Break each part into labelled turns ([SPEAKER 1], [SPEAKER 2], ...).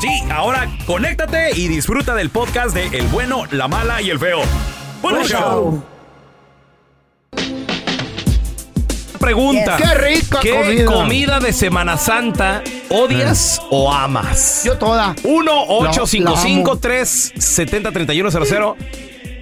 [SPEAKER 1] Sí, ahora conéctate y disfruta del podcast de El bueno, la mala y el feo. Bueno, show.
[SPEAKER 2] Pregunta.
[SPEAKER 3] Qué rica
[SPEAKER 2] ¿Qué
[SPEAKER 3] comida.
[SPEAKER 2] comida. de Semana Santa odias o amas?
[SPEAKER 3] Yo toda.
[SPEAKER 2] 1
[SPEAKER 3] La- la amo.
[SPEAKER 2] 855 370 3100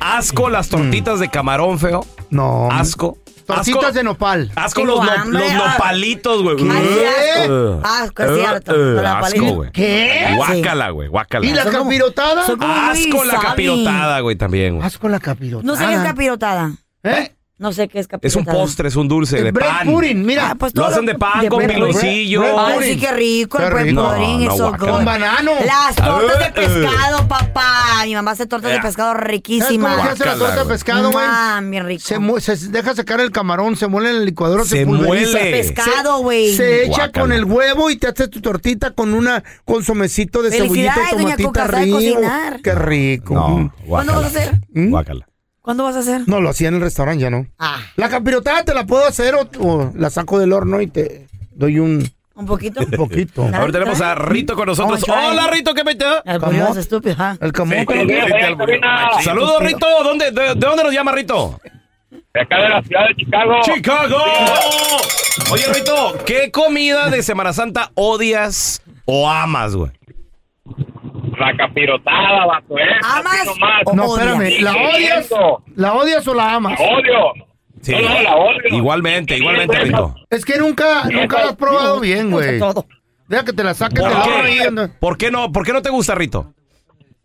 [SPEAKER 2] Asco las tortitas de camarón, feo.
[SPEAKER 3] Mm. No.
[SPEAKER 2] Asco.
[SPEAKER 3] Tortitas
[SPEAKER 2] asco,
[SPEAKER 3] de nopal.
[SPEAKER 2] Asco
[SPEAKER 4] Tengo
[SPEAKER 2] los, no-
[SPEAKER 4] hambre. Ah.
[SPEAKER 2] los nopalitos, güey.
[SPEAKER 4] Ay, sí, asco.
[SPEAKER 2] Uh,
[SPEAKER 4] Asco, Ah, es
[SPEAKER 2] uh,
[SPEAKER 4] cierto.
[SPEAKER 2] uh,
[SPEAKER 4] Con la
[SPEAKER 2] asco,
[SPEAKER 4] paleta.
[SPEAKER 2] güey.
[SPEAKER 3] ¿Qué?
[SPEAKER 2] Guácala, güey. Guácala.
[SPEAKER 3] ¿Y la
[SPEAKER 4] Son como-
[SPEAKER 3] capirotada?
[SPEAKER 4] son como muy
[SPEAKER 2] Asco la
[SPEAKER 4] sabi.
[SPEAKER 2] capirotada, güey, también, güey.
[SPEAKER 3] Asco la capirotada.
[SPEAKER 4] No sé qué es capirotada.
[SPEAKER 3] ¿Eh?
[SPEAKER 4] No sé qué es
[SPEAKER 2] Es
[SPEAKER 4] capirotada.
[SPEAKER 2] un postre, es un dulce de
[SPEAKER 3] Bread
[SPEAKER 2] pan.
[SPEAKER 3] pudding, mira.
[SPEAKER 4] Ah, pues
[SPEAKER 2] Lo
[SPEAKER 4] todo
[SPEAKER 2] hacen de pan con
[SPEAKER 4] bread-
[SPEAKER 2] piloncillo.
[SPEAKER 4] bread- bread
[SPEAKER 3] pudding.
[SPEAKER 4] Ay, sí, qué rico.
[SPEAKER 3] Qué
[SPEAKER 4] El bread
[SPEAKER 3] rico.
[SPEAKER 4] pudding,
[SPEAKER 2] No, no,
[SPEAKER 4] eso
[SPEAKER 2] guácala.
[SPEAKER 3] Con banano.
[SPEAKER 4] Las tortas de
[SPEAKER 2] Eh, eh.
[SPEAKER 4] pescado, papá. Mi mamá hace tortas de
[SPEAKER 2] Eh.
[SPEAKER 4] pescado
[SPEAKER 3] ¿Sabes cómo se
[SPEAKER 4] riquísimas.
[SPEAKER 3] hace la torta de
[SPEAKER 2] güey.
[SPEAKER 3] pescado, güey?
[SPEAKER 4] Ah, bien rico.
[SPEAKER 3] Se, mu- se deja secar el camarón, se muele en la licuadora, se,
[SPEAKER 2] Se
[SPEAKER 3] pulveriza.
[SPEAKER 2] muele.
[SPEAKER 4] Pescado,
[SPEAKER 3] Se-
[SPEAKER 4] güey.
[SPEAKER 3] Se echa
[SPEAKER 2] Guácala.
[SPEAKER 3] con el huevo y te haces tu tortita con una consomecito de cebollita
[SPEAKER 4] Felicidades,
[SPEAKER 3] y
[SPEAKER 4] doña
[SPEAKER 3] tomatita
[SPEAKER 4] Cuca, sabe
[SPEAKER 3] rico.
[SPEAKER 4] cocinar.
[SPEAKER 3] Qué rico.
[SPEAKER 2] No,
[SPEAKER 3] Mm.
[SPEAKER 4] ¿Cuándo vas a hacer?
[SPEAKER 3] ¿Mm?
[SPEAKER 2] Guácala.
[SPEAKER 4] ¿Cuándo vas a hacer?
[SPEAKER 3] No, lo hacía en el restaurante, ya no.
[SPEAKER 4] Ah,
[SPEAKER 3] La capirotada te la puedo hacer o, o la saco del horno y te doy un
[SPEAKER 4] un poquito.
[SPEAKER 3] poquito.
[SPEAKER 4] Claro.
[SPEAKER 2] Ahora tenemos a Rito con nosotros.
[SPEAKER 4] Vamos, Ray.
[SPEAKER 2] Hola, Rito, ¿qué mete?
[SPEAKER 4] Al
[SPEAKER 3] ¿Cómo?
[SPEAKER 4] curioso, estúpido. ah.
[SPEAKER 3] El camote.
[SPEAKER 2] Saludos, Rito. ¿Dónde, de, de dónde nos llama Rito?
[SPEAKER 5] De acá de la ciudad de Chicago.
[SPEAKER 2] ¡Chicago! Oye, Rito, ¿qué comida de Semana Santa odias o amas, güey?
[SPEAKER 5] La capirotada, vato, eh.
[SPEAKER 4] ¿Amas
[SPEAKER 5] Así nomás.
[SPEAKER 4] o
[SPEAKER 3] No,
[SPEAKER 4] odias?
[SPEAKER 3] espérame. ¿La odias?
[SPEAKER 5] Queriendo.
[SPEAKER 3] ¿La odias o la amas?
[SPEAKER 5] Odio.
[SPEAKER 2] Sí.
[SPEAKER 5] No, no, la odio.
[SPEAKER 2] Igualmente, igualmente, Rito.
[SPEAKER 3] Es que nunca, nunca la has probado bien, güey.
[SPEAKER 4] Todo.
[SPEAKER 3] Deja que te la saques del
[SPEAKER 2] ¿Por
[SPEAKER 3] horno ahí.
[SPEAKER 2] qué? ¿Por qué no, por qué no te gusta, Rito?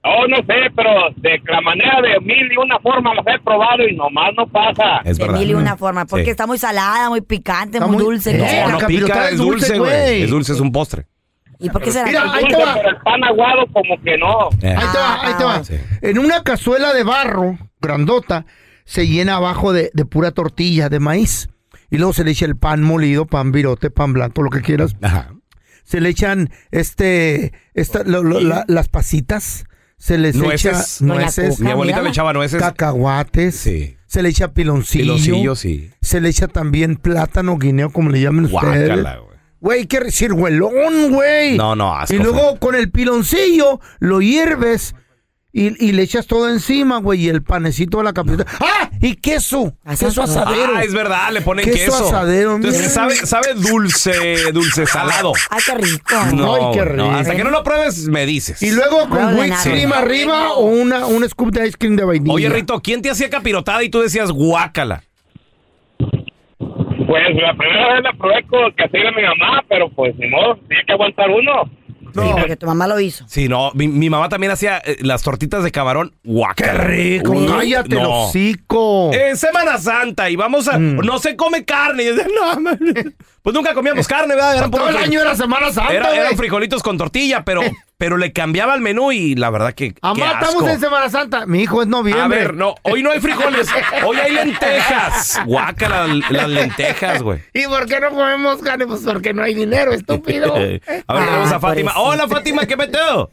[SPEAKER 5] Oh, no sé, pero de la manera de mil y una forma las he probado y nomás no pasa.
[SPEAKER 2] Es
[SPEAKER 4] De
[SPEAKER 2] verdad.
[SPEAKER 4] mil y una forma. Porque
[SPEAKER 2] Sí.
[SPEAKER 4] está muy salada, muy picante,
[SPEAKER 3] Está
[SPEAKER 4] muy
[SPEAKER 3] muy-
[SPEAKER 4] dulce.
[SPEAKER 3] Eh,
[SPEAKER 4] ¿qué será?
[SPEAKER 2] No,
[SPEAKER 3] La
[SPEAKER 2] no
[SPEAKER 3] capirotada
[SPEAKER 2] pica,
[SPEAKER 3] es
[SPEAKER 2] es
[SPEAKER 3] dulce,
[SPEAKER 2] dulce,
[SPEAKER 3] güey.
[SPEAKER 2] güey. Es dulce, es un postre.
[SPEAKER 4] ¿Y por qué será?
[SPEAKER 3] Mira, ahí te
[SPEAKER 5] Dulce,
[SPEAKER 3] va.
[SPEAKER 5] pero el pan aguado como que no.
[SPEAKER 2] Eh.
[SPEAKER 3] Ahí te va, ahí te va.
[SPEAKER 2] Sí.
[SPEAKER 3] En una cazuela de barro, grandota, se llena abajo de, de pura tortilla de maíz. Y luego se le echa el pan molido, pan virote, pan blanco, lo que quieras.
[SPEAKER 2] Ajá.
[SPEAKER 3] Se le echan este, esta- lo- lo- la- las pasitas. Se les
[SPEAKER 2] Nueces.
[SPEAKER 3] echa
[SPEAKER 4] Doña
[SPEAKER 3] nueces,
[SPEAKER 4] Cuca.
[SPEAKER 2] Mi abuelita le echaba nueces.
[SPEAKER 3] cacahuates.
[SPEAKER 2] Sí.
[SPEAKER 3] Se le echa piloncillo.
[SPEAKER 2] Piloncillo, sí.
[SPEAKER 3] Se le echa también plátano guineo, como le llaman
[SPEAKER 2] Guácala,
[SPEAKER 3] ustedes.
[SPEAKER 2] güey.
[SPEAKER 3] Güey, qué ciruelón, güey.
[SPEAKER 2] No, no, asco,
[SPEAKER 3] Y luego con el piloncillo lo hierves y, y le echas todo encima, güey, y el panecito de la capita. ¡Ah! Y queso.
[SPEAKER 4] Asco.
[SPEAKER 3] Queso asadero.
[SPEAKER 2] Ah, es verdad, le ponen
[SPEAKER 3] Queso
[SPEAKER 2] queso.
[SPEAKER 3] asadero, mira.
[SPEAKER 2] Entonces, sabe, sabe dulce, dulce salado.
[SPEAKER 4] Ay, Ah, qué rico.
[SPEAKER 2] No,
[SPEAKER 3] Ay, qué
[SPEAKER 2] güey, no,
[SPEAKER 3] rico.
[SPEAKER 2] hasta que no lo pruebes, me dices.
[SPEAKER 3] Y luego
[SPEAKER 4] No
[SPEAKER 3] con
[SPEAKER 4] de
[SPEAKER 3] whipped
[SPEAKER 4] nada.
[SPEAKER 3] cream
[SPEAKER 4] Sí.
[SPEAKER 3] arriba o una, un scoop de ice cream de vainilla.
[SPEAKER 2] Oye, Rito, ¿quién te hacía capirotada y tú decías guácala?
[SPEAKER 5] Pues la primera vez la probé con que hacía mi mamá, pero pues ni modo, tiene que aguantar uno.
[SPEAKER 4] Sí, porque tu mamá lo hizo.
[SPEAKER 2] Sí, no, mi, mi mamá también hacía eh, las tortitas de camarón. ¡Guácala! ¡Qué
[SPEAKER 3] rico! ¡Cállate el Mm.
[SPEAKER 2] hocico! Es Semana Santa y vamos a... No se come carne. Y yo decía, no, mami. pues nunca comíamos carne, ¿verdad? Eran
[SPEAKER 3] Todo
[SPEAKER 2] puros
[SPEAKER 3] el
[SPEAKER 2] fri-
[SPEAKER 3] año era Semana Santa,
[SPEAKER 2] Era- eran
[SPEAKER 3] güey.
[SPEAKER 2] frijolitos con tortilla, pero, pero le cambiaba el menú y la verdad que... qué
[SPEAKER 3] Amá,
[SPEAKER 2] asco.
[SPEAKER 3] estamos en Semana Santa. Mi hijo es noviembre.
[SPEAKER 2] A ver, no, hoy no hay frijoles, hoy hay lentejas. Guácala, las lentejas, güey.
[SPEAKER 3] ¿Y por qué no comemos carne? Pues porque no Ah, hay dinero, estúpido.
[SPEAKER 2] Eh, A ver, tenemos a Fátima. Hola, Fátima, ¿qué meteo?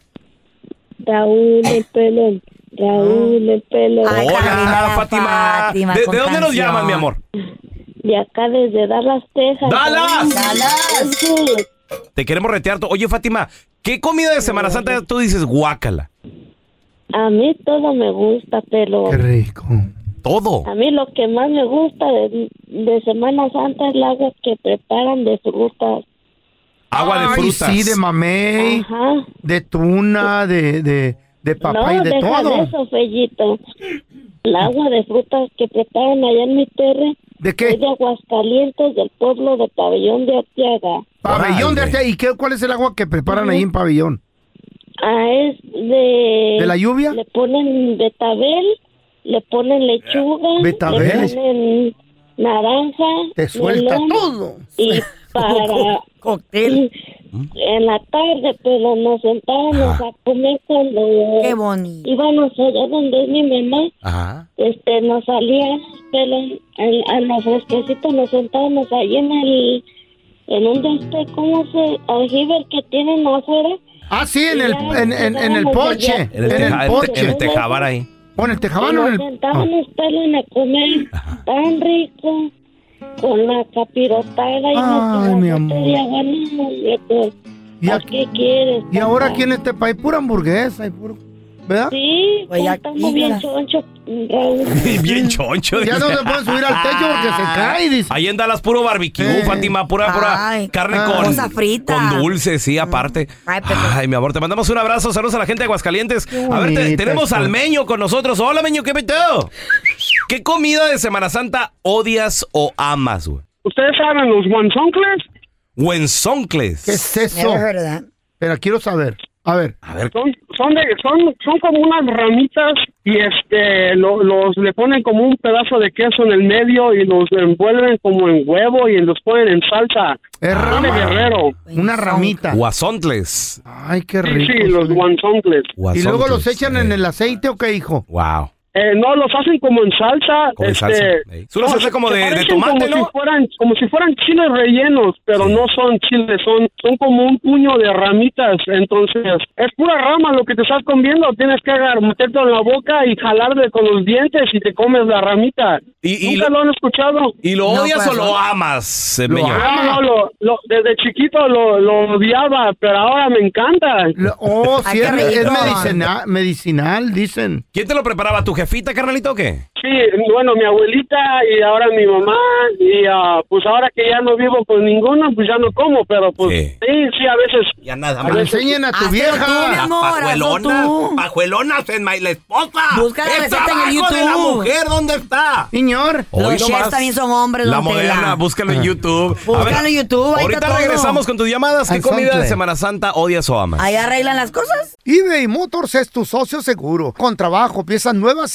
[SPEAKER 6] Raúl el pelón. Raúl el pelón.
[SPEAKER 2] Hola, Fátima. ¿De, de dónde nos llamas, mi amor?
[SPEAKER 6] De acá desde Dallas, Texas.
[SPEAKER 2] ¡Dallas!
[SPEAKER 6] ¡Dallas!
[SPEAKER 2] Te queremos retear. to- Oye, Fátima, ¿qué comida de Semana Santa tú dices guácala?
[SPEAKER 6] A mí todo me gusta, pero
[SPEAKER 3] rico.
[SPEAKER 2] Todo.
[SPEAKER 6] a mí lo que más me gusta de, de Semana Santa es el agua que preparan de frutas.
[SPEAKER 2] Agua de
[SPEAKER 3] Ay,
[SPEAKER 2] frutas.
[SPEAKER 3] Sí, de mamey, de tuna, de, de, de papá y
[SPEAKER 6] no,
[SPEAKER 3] de
[SPEAKER 6] deja
[SPEAKER 3] todo.
[SPEAKER 6] de eso, Fellito. El agua de frutas que preparan allá en mi terre
[SPEAKER 3] ¿De qué?
[SPEAKER 6] es de Aguascalientes, del pueblo de Pabellón de Arteaga.
[SPEAKER 3] Pabellón de Arteaga. ¿Y qué, cuál es el agua que preparan ahí en pabellón?
[SPEAKER 6] Ah, es de...
[SPEAKER 3] ¿De la lluvia?
[SPEAKER 6] Le ponen betabel, le ponen lechuga,
[SPEAKER 3] ¿Betabel?
[SPEAKER 6] le ponen naranja,
[SPEAKER 3] Te suelta todo.
[SPEAKER 6] Y para...
[SPEAKER 4] Cóctel.
[SPEAKER 6] En la tarde, pero nos sentábamos a comer cuando...
[SPEAKER 4] Qué bonito.
[SPEAKER 6] Íbamos allá donde es mi mamá, este, nos salíamos, pero en- a los fresquecitos nos sentábamos ahí en el... En un de este, ¿cómo se...? Aljiber que tienen afuera.
[SPEAKER 3] Ah, sí, en el, en, en- en el poche.
[SPEAKER 2] En el,
[SPEAKER 3] En el
[SPEAKER 2] teja- en el te-
[SPEAKER 3] poche.
[SPEAKER 2] en el tejabar ahí.
[SPEAKER 3] O en el tejabán o en
[SPEAKER 6] Nos
[SPEAKER 3] el... Oh. Ah.
[SPEAKER 6] sentábamos, pelan, a comer tan rico con la capirotada y
[SPEAKER 3] Ay, mi amor.
[SPEAKER 6] ¿Y qué quieres?
[SPEAKER 3] Y ahora
[SPEAKER 6] papá?
[SPEAKER 3] aquí en este país, pura hamburguesa y puro... ¿Verdad?
[SPEAKER 6] Sí,
[SPEAKER 3] Oye,
[SPEAKER 6] estamos bien
[SPEAKER 3] aquí-
[SPEAKER 6] choncho, Raúl.
[SPEAKER 2] Bien choncho.
[SPEAKER 3] Ya no se puede subir al techo porque
[SPEAKER 4] Ah.
[SPEAKER 3] se cae, dice.
[SPEAKER 2] Ahí en Dallas puro barbecue, Fátima, pura, pura
[SPEAKER 4] Ay,
[SPEAKER 2] carne
[SPEAKER 4] ah,
[SPEAKER 2] con,
[SPEAKER 4] cosa frita. Mm.
[SPEAKER 2] con dulce, sí, aparte. Ay, mi amor, te mandamos un abrazo, saludos a la gente de Aguascalientes. A ver, te-
[SPEAKER 3] bonito
[SPEAKER 2] tenemos
[SPEAKER 3] esto.
[SPEAKER 2] al Meño con nosotros. Hola, Meño, ¿qué peteo? ¿Qué comida de Semana Santa odias o amas, güey?
[SPEAKER 7] ¿Ustedes saben los guanzoncles?
[SPEAKER 2] Huenzoncles.
[SPEAKER 3] ¿Qué es eso? Pero quiero saber. A ver.
[SPEAKER 2] A ver.
[SPEAKER 7] Son, son, de- son, son como unas ramitas y este lo- los le ponen como un pedazo de queso en el medio y los envuelven como en huevo y los ponen en salsa.
[SPEAKER 3] Es
[SPEAKER 7] Son de guerrero.
[SPEAKER 3] Una ramita.
[SPEAKER 2] Guasontles.
[SPEAKER 3] Ay, qué
[SPEAKER 7] Sí,
[SPEAKER 3] rico.
[SPEAKER 7] sí, los guanzoncles.
[SPEAKER 3] y luego los echan en el aceite o qué, hijo?
[SPEAKER 2] Wow.
[SPEAKER 7] Eh, no, los hacen como en salsa.
[SPEAKER 3] Como en
[SPEAKER 7] este,
[SPEAKER 3] salsa, ey.
[SPEAKER 2] Es una
[SPEAKER 7] no,
[SPEAKER 2] salsa
[SPEAKER 7] se-
[SPEAKER 2] como
[SPEAKER 7] se
[SPEAKER 2] de- de
[SPEAKER 7] parecen
[SPEAKER 2] tomate,
[SPEAKER 7] como
[SPEAKER 2] ¿no?
[SPEAKER 7] Si fueran, como si fueran chiles rellenos, pero no son chiles, son, son como un puño de ramitas. Entonces, es pura rama lo que te estás comiendo. Tienes que agar- meterte en la boca y jalarle con los dientes y te comes la ramita.
[SPEAKER 2] ¿Y,
[SPEAKER 7] ¿Nunca lo han escuchado?
[SPEAKER 2] ¿Y lo
[SPEAKER 3] pues,
[SPEAKER 2] odias o lo amas, eh,
[SPEAKER 7] Lo
[SPEAKER 2] Meño?
[SPEAKER 7] amo, no, lo- lo- desde chiquito lo, lo odiaba, pero ahora me encanta.
[SPEAKER 3] Oh, sí, es, es medicina- medicinal, dicen.
[SPEAKER 2] ¿Quién te lo preparaba? ¿Tu jefita, carnalito, o qué?
[SPEAKER 7] Sí, bueno, mi abuelita y ahora mi mamá y ah, pues ahora que ya no vivo con ninguno, pues ya no como, pero pues sí, sí, a veces.
[SPEAKER 2] Ya nada
[SPEAKER 3] Que le enseñen a tu vieja.
[SPEAKER 2] Pajuelona, pajuelona, es ma- la esposa.
[SPEAKER 4] Busca la
[SPEAKER 2] El
[SPEAKER 4] receta en el
[SPEAKER 2] trabajo de la
[SPEAKER 4] YouTube.
[SPEAKER 2] mujer, ¿dónde está?
[SPEAKER 3] Señor.
[SPEAKER 2] Hoy
[SPEAKER 4] Los chefs
[SPEAKER 2] nomás.
[SPEAKER 4] también son hombres,
[SPEAKER 2] La
[SPEAKER 4] don
[SPEAKER 2] moderna,
[SPEAKER 4] Tela.
[SPEAKER 2] búscalo en YouTube. A
[SPEAKER 4] Búscalo
[SPEAKER 2] ver,
[SPEAKER 4] en YouTube, ahí
[SPEAKER 2] Ahorita
[SPEAKER 4] está todo.
[SPEAKER 2] regresamos con tus llamadas. ¿Qué
[SPEAKER 4] Al
[SPEAKER 2] comida de
[SPEAKER 4] Sunplay.
[SPEAKER 2] Semana Santa odias o amas?
[SPEAKER 4] Ahí arreglan las cosas.
[SPEAKER 3] eBay Motors es tu socio seguro. Con trabajo, piezas nuevas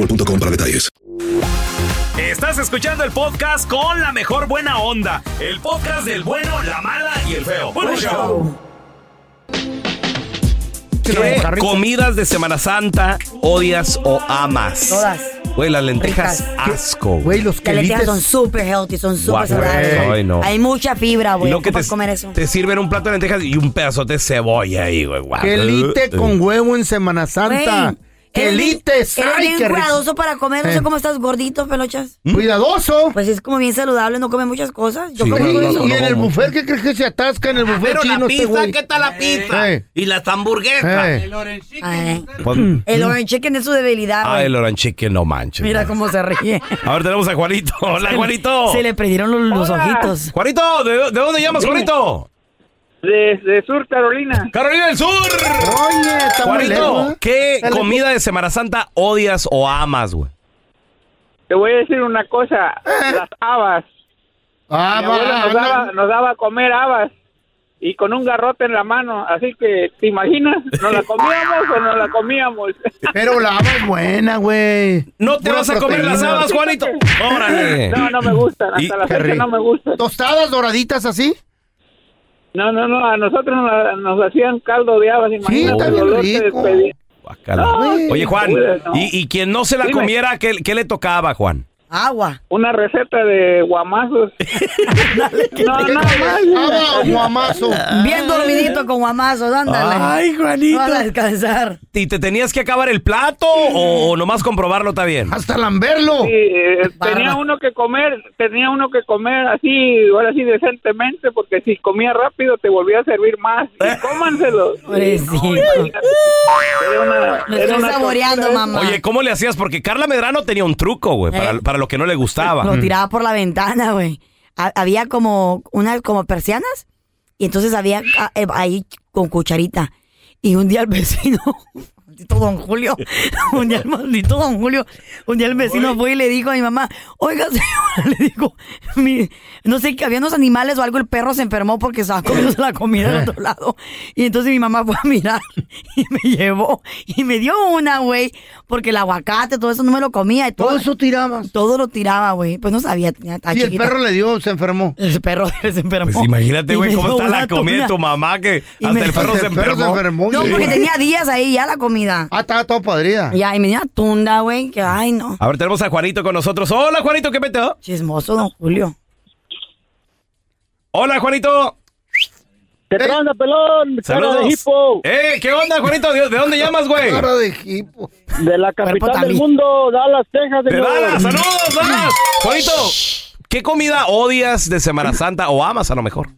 [SPEAKER 8] para detalles.
[SPEAKER 1] Estás escuchando el podcast con la mejor buena onda. El podcast del bueno, la mala y el feo. Bueno, show.
[SPEAKER 2] ¿Qué comidas de Semana Santa odias o amas?
[SPEAKER 4] Todas.
[SPEAKER 2] Güey, las lentejas,
[SPEAKER 4] Ricas.
[SPEAKER 2] asco. Güey,
[SPEAKER 3] los
[SPEAKER 4] Las lentejas son súper healthy, son súper
[SPEAKER 2] Guau,
[SPEAKER 4] saludables.
[SPEAKER 2] güey. Ay, no.
[SPEAKER 4] Hay mucha fibra, güey.
[SPEAKER 2] Lo que
[SPEAKER 4] ¿Cómo
[SPEAKER 2] te,
[SPEAKER 4] puedes comer eso?
[SPEAKER 2] te sirven un plato de lentejas y un pedazote de cebolla ahí, güey. guau. Eh,
[SPEAKER 3] Quelite con huevo en Semana Santa.
[SPEAKER 4] Güey, eres bien-
[SPEAKER 3] Quelites.
[SPEAKER 4] Eres
[SPEAKER 3] Ay,
[SPEAKER 4] bien
[SPEAKER 3] qué rico.
[SPEAKER 4] cuidadoso para comer, no
[SPEAKER 3] Eh. Mm.
[SPEAKER 4] sé cómo estás gordito, pelochas.
[SPEAKER 3] Cuidadoso.
[SPEAKER 4] Pues es como bien saludable, no come muchas cosas. Yo
[SPEAKER 3] Sí,
[SPEAKER 4] como todo
[SPEAKER 3] y-
[SPEAKER 4] eso.
[SPEAKER 3] y en el buffet, ¿qué crees que se atasca en el buffet
[SPEAKER 4] pero la
[SPEAKER 3] chino este
[SPEAKER 4] pizza,
[SPEAKER 3] güey?
[SPEAKER 4] ¿qué tal la pizza?
[SPEAKER 3] Eh.
[SPEAKER 2] Y las hamburguesas.
[SPEAKER 3] Eh.
[SPEAKER 4] Ay,
[SPEAKER 2] Pon-
[SPEAKER 4] Mm. El orange chicken es su debilidad,
[SPEAKER 2] Pues, mm. Ah,
[SPEAKER 4] güey.
[SPEAKER 2] el orange chicken, no manches.
[SPEAKER 4] Mira cómo se ríe.
[SPEAKER 2] A ver, tenemos a Juanito. Hola, Juanito.
[SPEAKER 9] Se le prendieron los, los ojitos.
[SPEAKER 2] Juanito, ¿de, de dónde llamas,
[SPEAKER 9] Dime.
[SPEAKER 2] Juanito?
[SPEAKER 10] Desde Sur Carolina.
[SPEAKER 2] Carolina del Sur.
[SPEAKER 3] Oye, está muy lejos,
[SPEAKER 2] Juanito,
[SPEAKER 3] ¿eh?
[SPEAKER 2] ¿qué
[SPEAKER 3] Está lejos.
[SPEAKER 2] comida de Semana Santa odias o amas, güey?
[SPEAKER 10] Te voy a decir una cosa,
[SPEAKER 3] Eh.
[SPEAKER 10] las habas.
[SPEAKER 3] Ah,
[SPEAKER 10] Mi abuela nos, daba, nos daba a comer habas y con un garrote en la mano, así que, ¿te imaginas? ¿Nos la comíamos o no la comíamos?
[SPEAKER 3] Pero la haba es buena, güey.
[SPEAKER 2] No te vas a comer las habas, Juanito. Órale.
[SPEAKER 10] No, no me gustan,
[SPEAKER 3] Y-
[SPEAKER 10] hasta la
[SPEAKER 3] qué
[SPEAKER 10] fecha
[SPEAKER 3] rico.
[SPEAKER 10] no me gustan.
[SPEAKER 3] ¿Tostadas doraditas así?
[SPEAKER 10] No, no, no, a nosotros nos, nos hacían caldo de habas, imagínate
[SPEAKER 2] está
[SPEAKER 10] el
[SPEAKER 2] bien
[SPEAKER 10] dolor que
[SPEAKER 2] rico.
[SPEAKER 10] despedía.
[SPEAKER 2] Guácala.
[SPEAKER 10] No,
[SPEAKER 2] Oye, Juan,
[SPEAKER 10] no.
[SPEAKER 2] y, y quien no se la
[SPEAKER 10] Dime.
[SPEAKER 2] comiera, ¿qué, qué le tocaba, Juan?
[SPEAKER 4] Agua.
[SPEAKER 10] Una receta de guamazos. no, no,
[SPEAKER 3] Haba o Ah, guamazo.
[SPEAKER 4] Bien dormidito con guamazos, ándale.
[SPEAKER 2] Ay, Juanito.
[SPEAKER 4] Vas a descansar.
[SPEAKER 2] ¿Y te tenías que acabar el plato o, o nomás comprobarlo está bien?
[SPEAKER 3] Hasta lamberlo.
[SPEAKER 10] Sí, eh, tenía uno que comer, tenía uno que comer así, ahora sí decentemente, porque si comía rápido te volvía a servir más. Y cómanselo. Era una-
[SPEAKER 4] Lo
[SPEAKER 10] era
[SPEAKER 4] estoy
[SPEAKER 10] una
[SPEAKER 3] ¿eh?
[SPEAKER 4] saboreando,
[SPEAKER 10] tortura.
[SPEAKER 4] mamá.
[SPEAKER 2] Oye, ¿cómo le hacías? Porque Carla Medrano tenía un truco, güey, para,
[SPEAKER 4] Eh.
[SPEAKER 2] para lo que no le gustaba. Mm.
[SPEAKER 4] Lo tiraba por la ventana, güey. Ha- Había como unas como persianas y entonces había ah, eh, ahí con cucharita. Y un día el vecino, maldito don Julio, un día el maldito don Julio, un día el vecino fue y le dijo a mi mamá, oiga señora, le dijo, "mi- no sé, que había unos animales o algo, el perro se enfermó porque estaba comiendo la comida del otro lado. Y entonces mi mamá fue a mirar y me llevó y me dio una, güey, porque el aguacate, todo eso no me lo comía. y Todo,
[SPEAKER 3] eso tirabas?
[SPEAKER 4] Todo lo tiraba, güey. Pues no sabía, tenía tan
[SPEAKER 3] Y el
[SPEAKER 4] chiquita.
[SPEAKER 3] perro le dio, se enfermó.
[SPEAKER 4] El perro se enfermó.
[SPEAKER 2] Pues imagínate,
[SPEAKER 3] Y
[SPEAKER 2] güey,
[SPEAKER 3] me
[SPEAKER 2] cómo
[SPEAKER 3] dio
[SPEAKER 2] está la
[SPEAKER 3] una
[SPEAKER 2] comida de tu
[SPEAKER 3] tuna.
[SPEAKER 2] mamá que
[SPEAKER 3] Y
[SPEAKER 2] hasta
[SPEAKER 3] me-
[SPEAKER 2] el perro se
[SPEAKER 3] El perro se
[SPEAKER 2] enfermó.
[SPEAKER 3] enfermó,
[SPEAKER 4] No,
[SPEAKER 2] Sí.
[SPEAKER 4] porque tenía días ahí ya la comida.
[SPEAKER 3] Ah, estaba todo podrida.
[SPEAKER 4] Ya, y me dio una tunda, güey, que ay, no.
[SPEAKER 2] A ver, tenemos a Juanito con nosotros. Hola, Juanito, ¿qué metió?
[SPEAKER 4] Chismoso, don Julio.
[SPEAKER 2] Hola, Juanito. Eh.
[SPEAKER 11] ¿Qué onda, pelón? Cara de
[SPEAKER 2] Saludos.
[SPEAKER 11] hipo.
[SPEAKER 2] Eh, ¿qué onda, Juanito? ¿De, de dónde llamas, güey?
[SPEAKER 3] Cara de hipo.
[SPEAKER 11] De la capital del mundo, Dallas, Texas,
[SPEAKER 2] De
[SPEAKER 11] señor.
[SPEAKER 2] Dallas, saludos, Dallas. Juanito, ¿qué comida odias de Semana Santa o amas a lo mejor?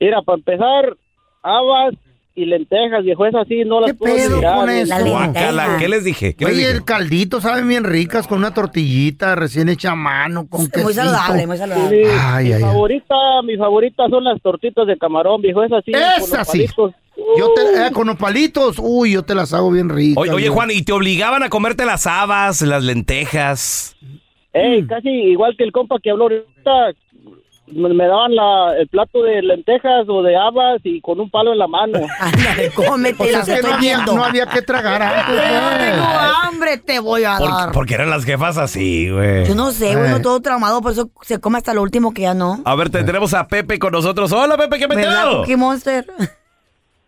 [SPEAKER 11] Mira, para empezar, habas y lentejas, viejo, es así, no las puedo
[SPEAKER 3] pedo
[SPEAKER 11] mirar, eh.
[SPEAKER 3] con
[SPEAKER 11] güey.
[SPEAKER 3] eso?
[SPEAKER 2] Guácala, ¿qué les dije? ¿Qué les
[SPEAKER 3] Oye,
[SPEAKER 2] dije?
[SPEAKER 3] el caldito saben bien ricas con una tortillita recién hecha a mano, con quesito.
[SPEAKER 4] Muy saludable, muy saludable.
[SPEAKER 11] Mi,
[SPEAKER 3] Ay,
[SPEAKER 11] mi
[SPEAKER 3] ay, ay.
[SPEAKER 11] favorita, mi favorita son las tortitas de camarón, viejo, es así. con los
[SPEAKER 3] Esas sí.
[SPEAKER 11] palitos.
[SPEAKER 3] Yo te, eh, con los palitos, uy, yo te las hago bien ricas.
[SPEAKER 2] Oye, oye,
[SPEAKER 3] yo.
[SPEAKER 2] Juan, ¿y te obligaban a comerte las habas, las lentejas?
[SPEAKER 11] Ey,
[SPEAKER 3] Mm.
[SPEAKER 11] casi igual que el compa que habló ahorita, me, me daban la, el plato de lentejas o de habas y con un palo en la mano.
[SPEAKER 4] Ándale,
[SPEAKER 3] O
[SPEAKER 4] cómete,
[SPEAKER 3] sea, es
[SPEAKER 4] las
[SPEAKER 3] que
[SPEAKER 4] estoy
[SPEAKER 3] no había,
[SPEAKER 4] viendo.
[SPEAKER 3] no había que tragar antes.
[SPEAKER 4] Pero
[SPEAKER 3] eh.
[SPEAKER 4] tengo hambre, te voy a
[SPEAKER 2] Por-
[SPEAKER 4] dar.
[SPEAKER 2] porque eran las jefas así, güey.
[SPEAKER 4] Yo no sé, güey,
[SPEAKER 3] Eh.
[SPEAKER 4] uno todo traumado, por eso se come hasta lo último que ya no.
[SPEAKER 2] A ver, te- tenemos a Pepe con nosotros. Hola, Pepe, ¿qué
[SPEAKER 4] ¿Verdad,
[SPEAKER 2] metido?
[SPEAKER 4] Cookie Monster?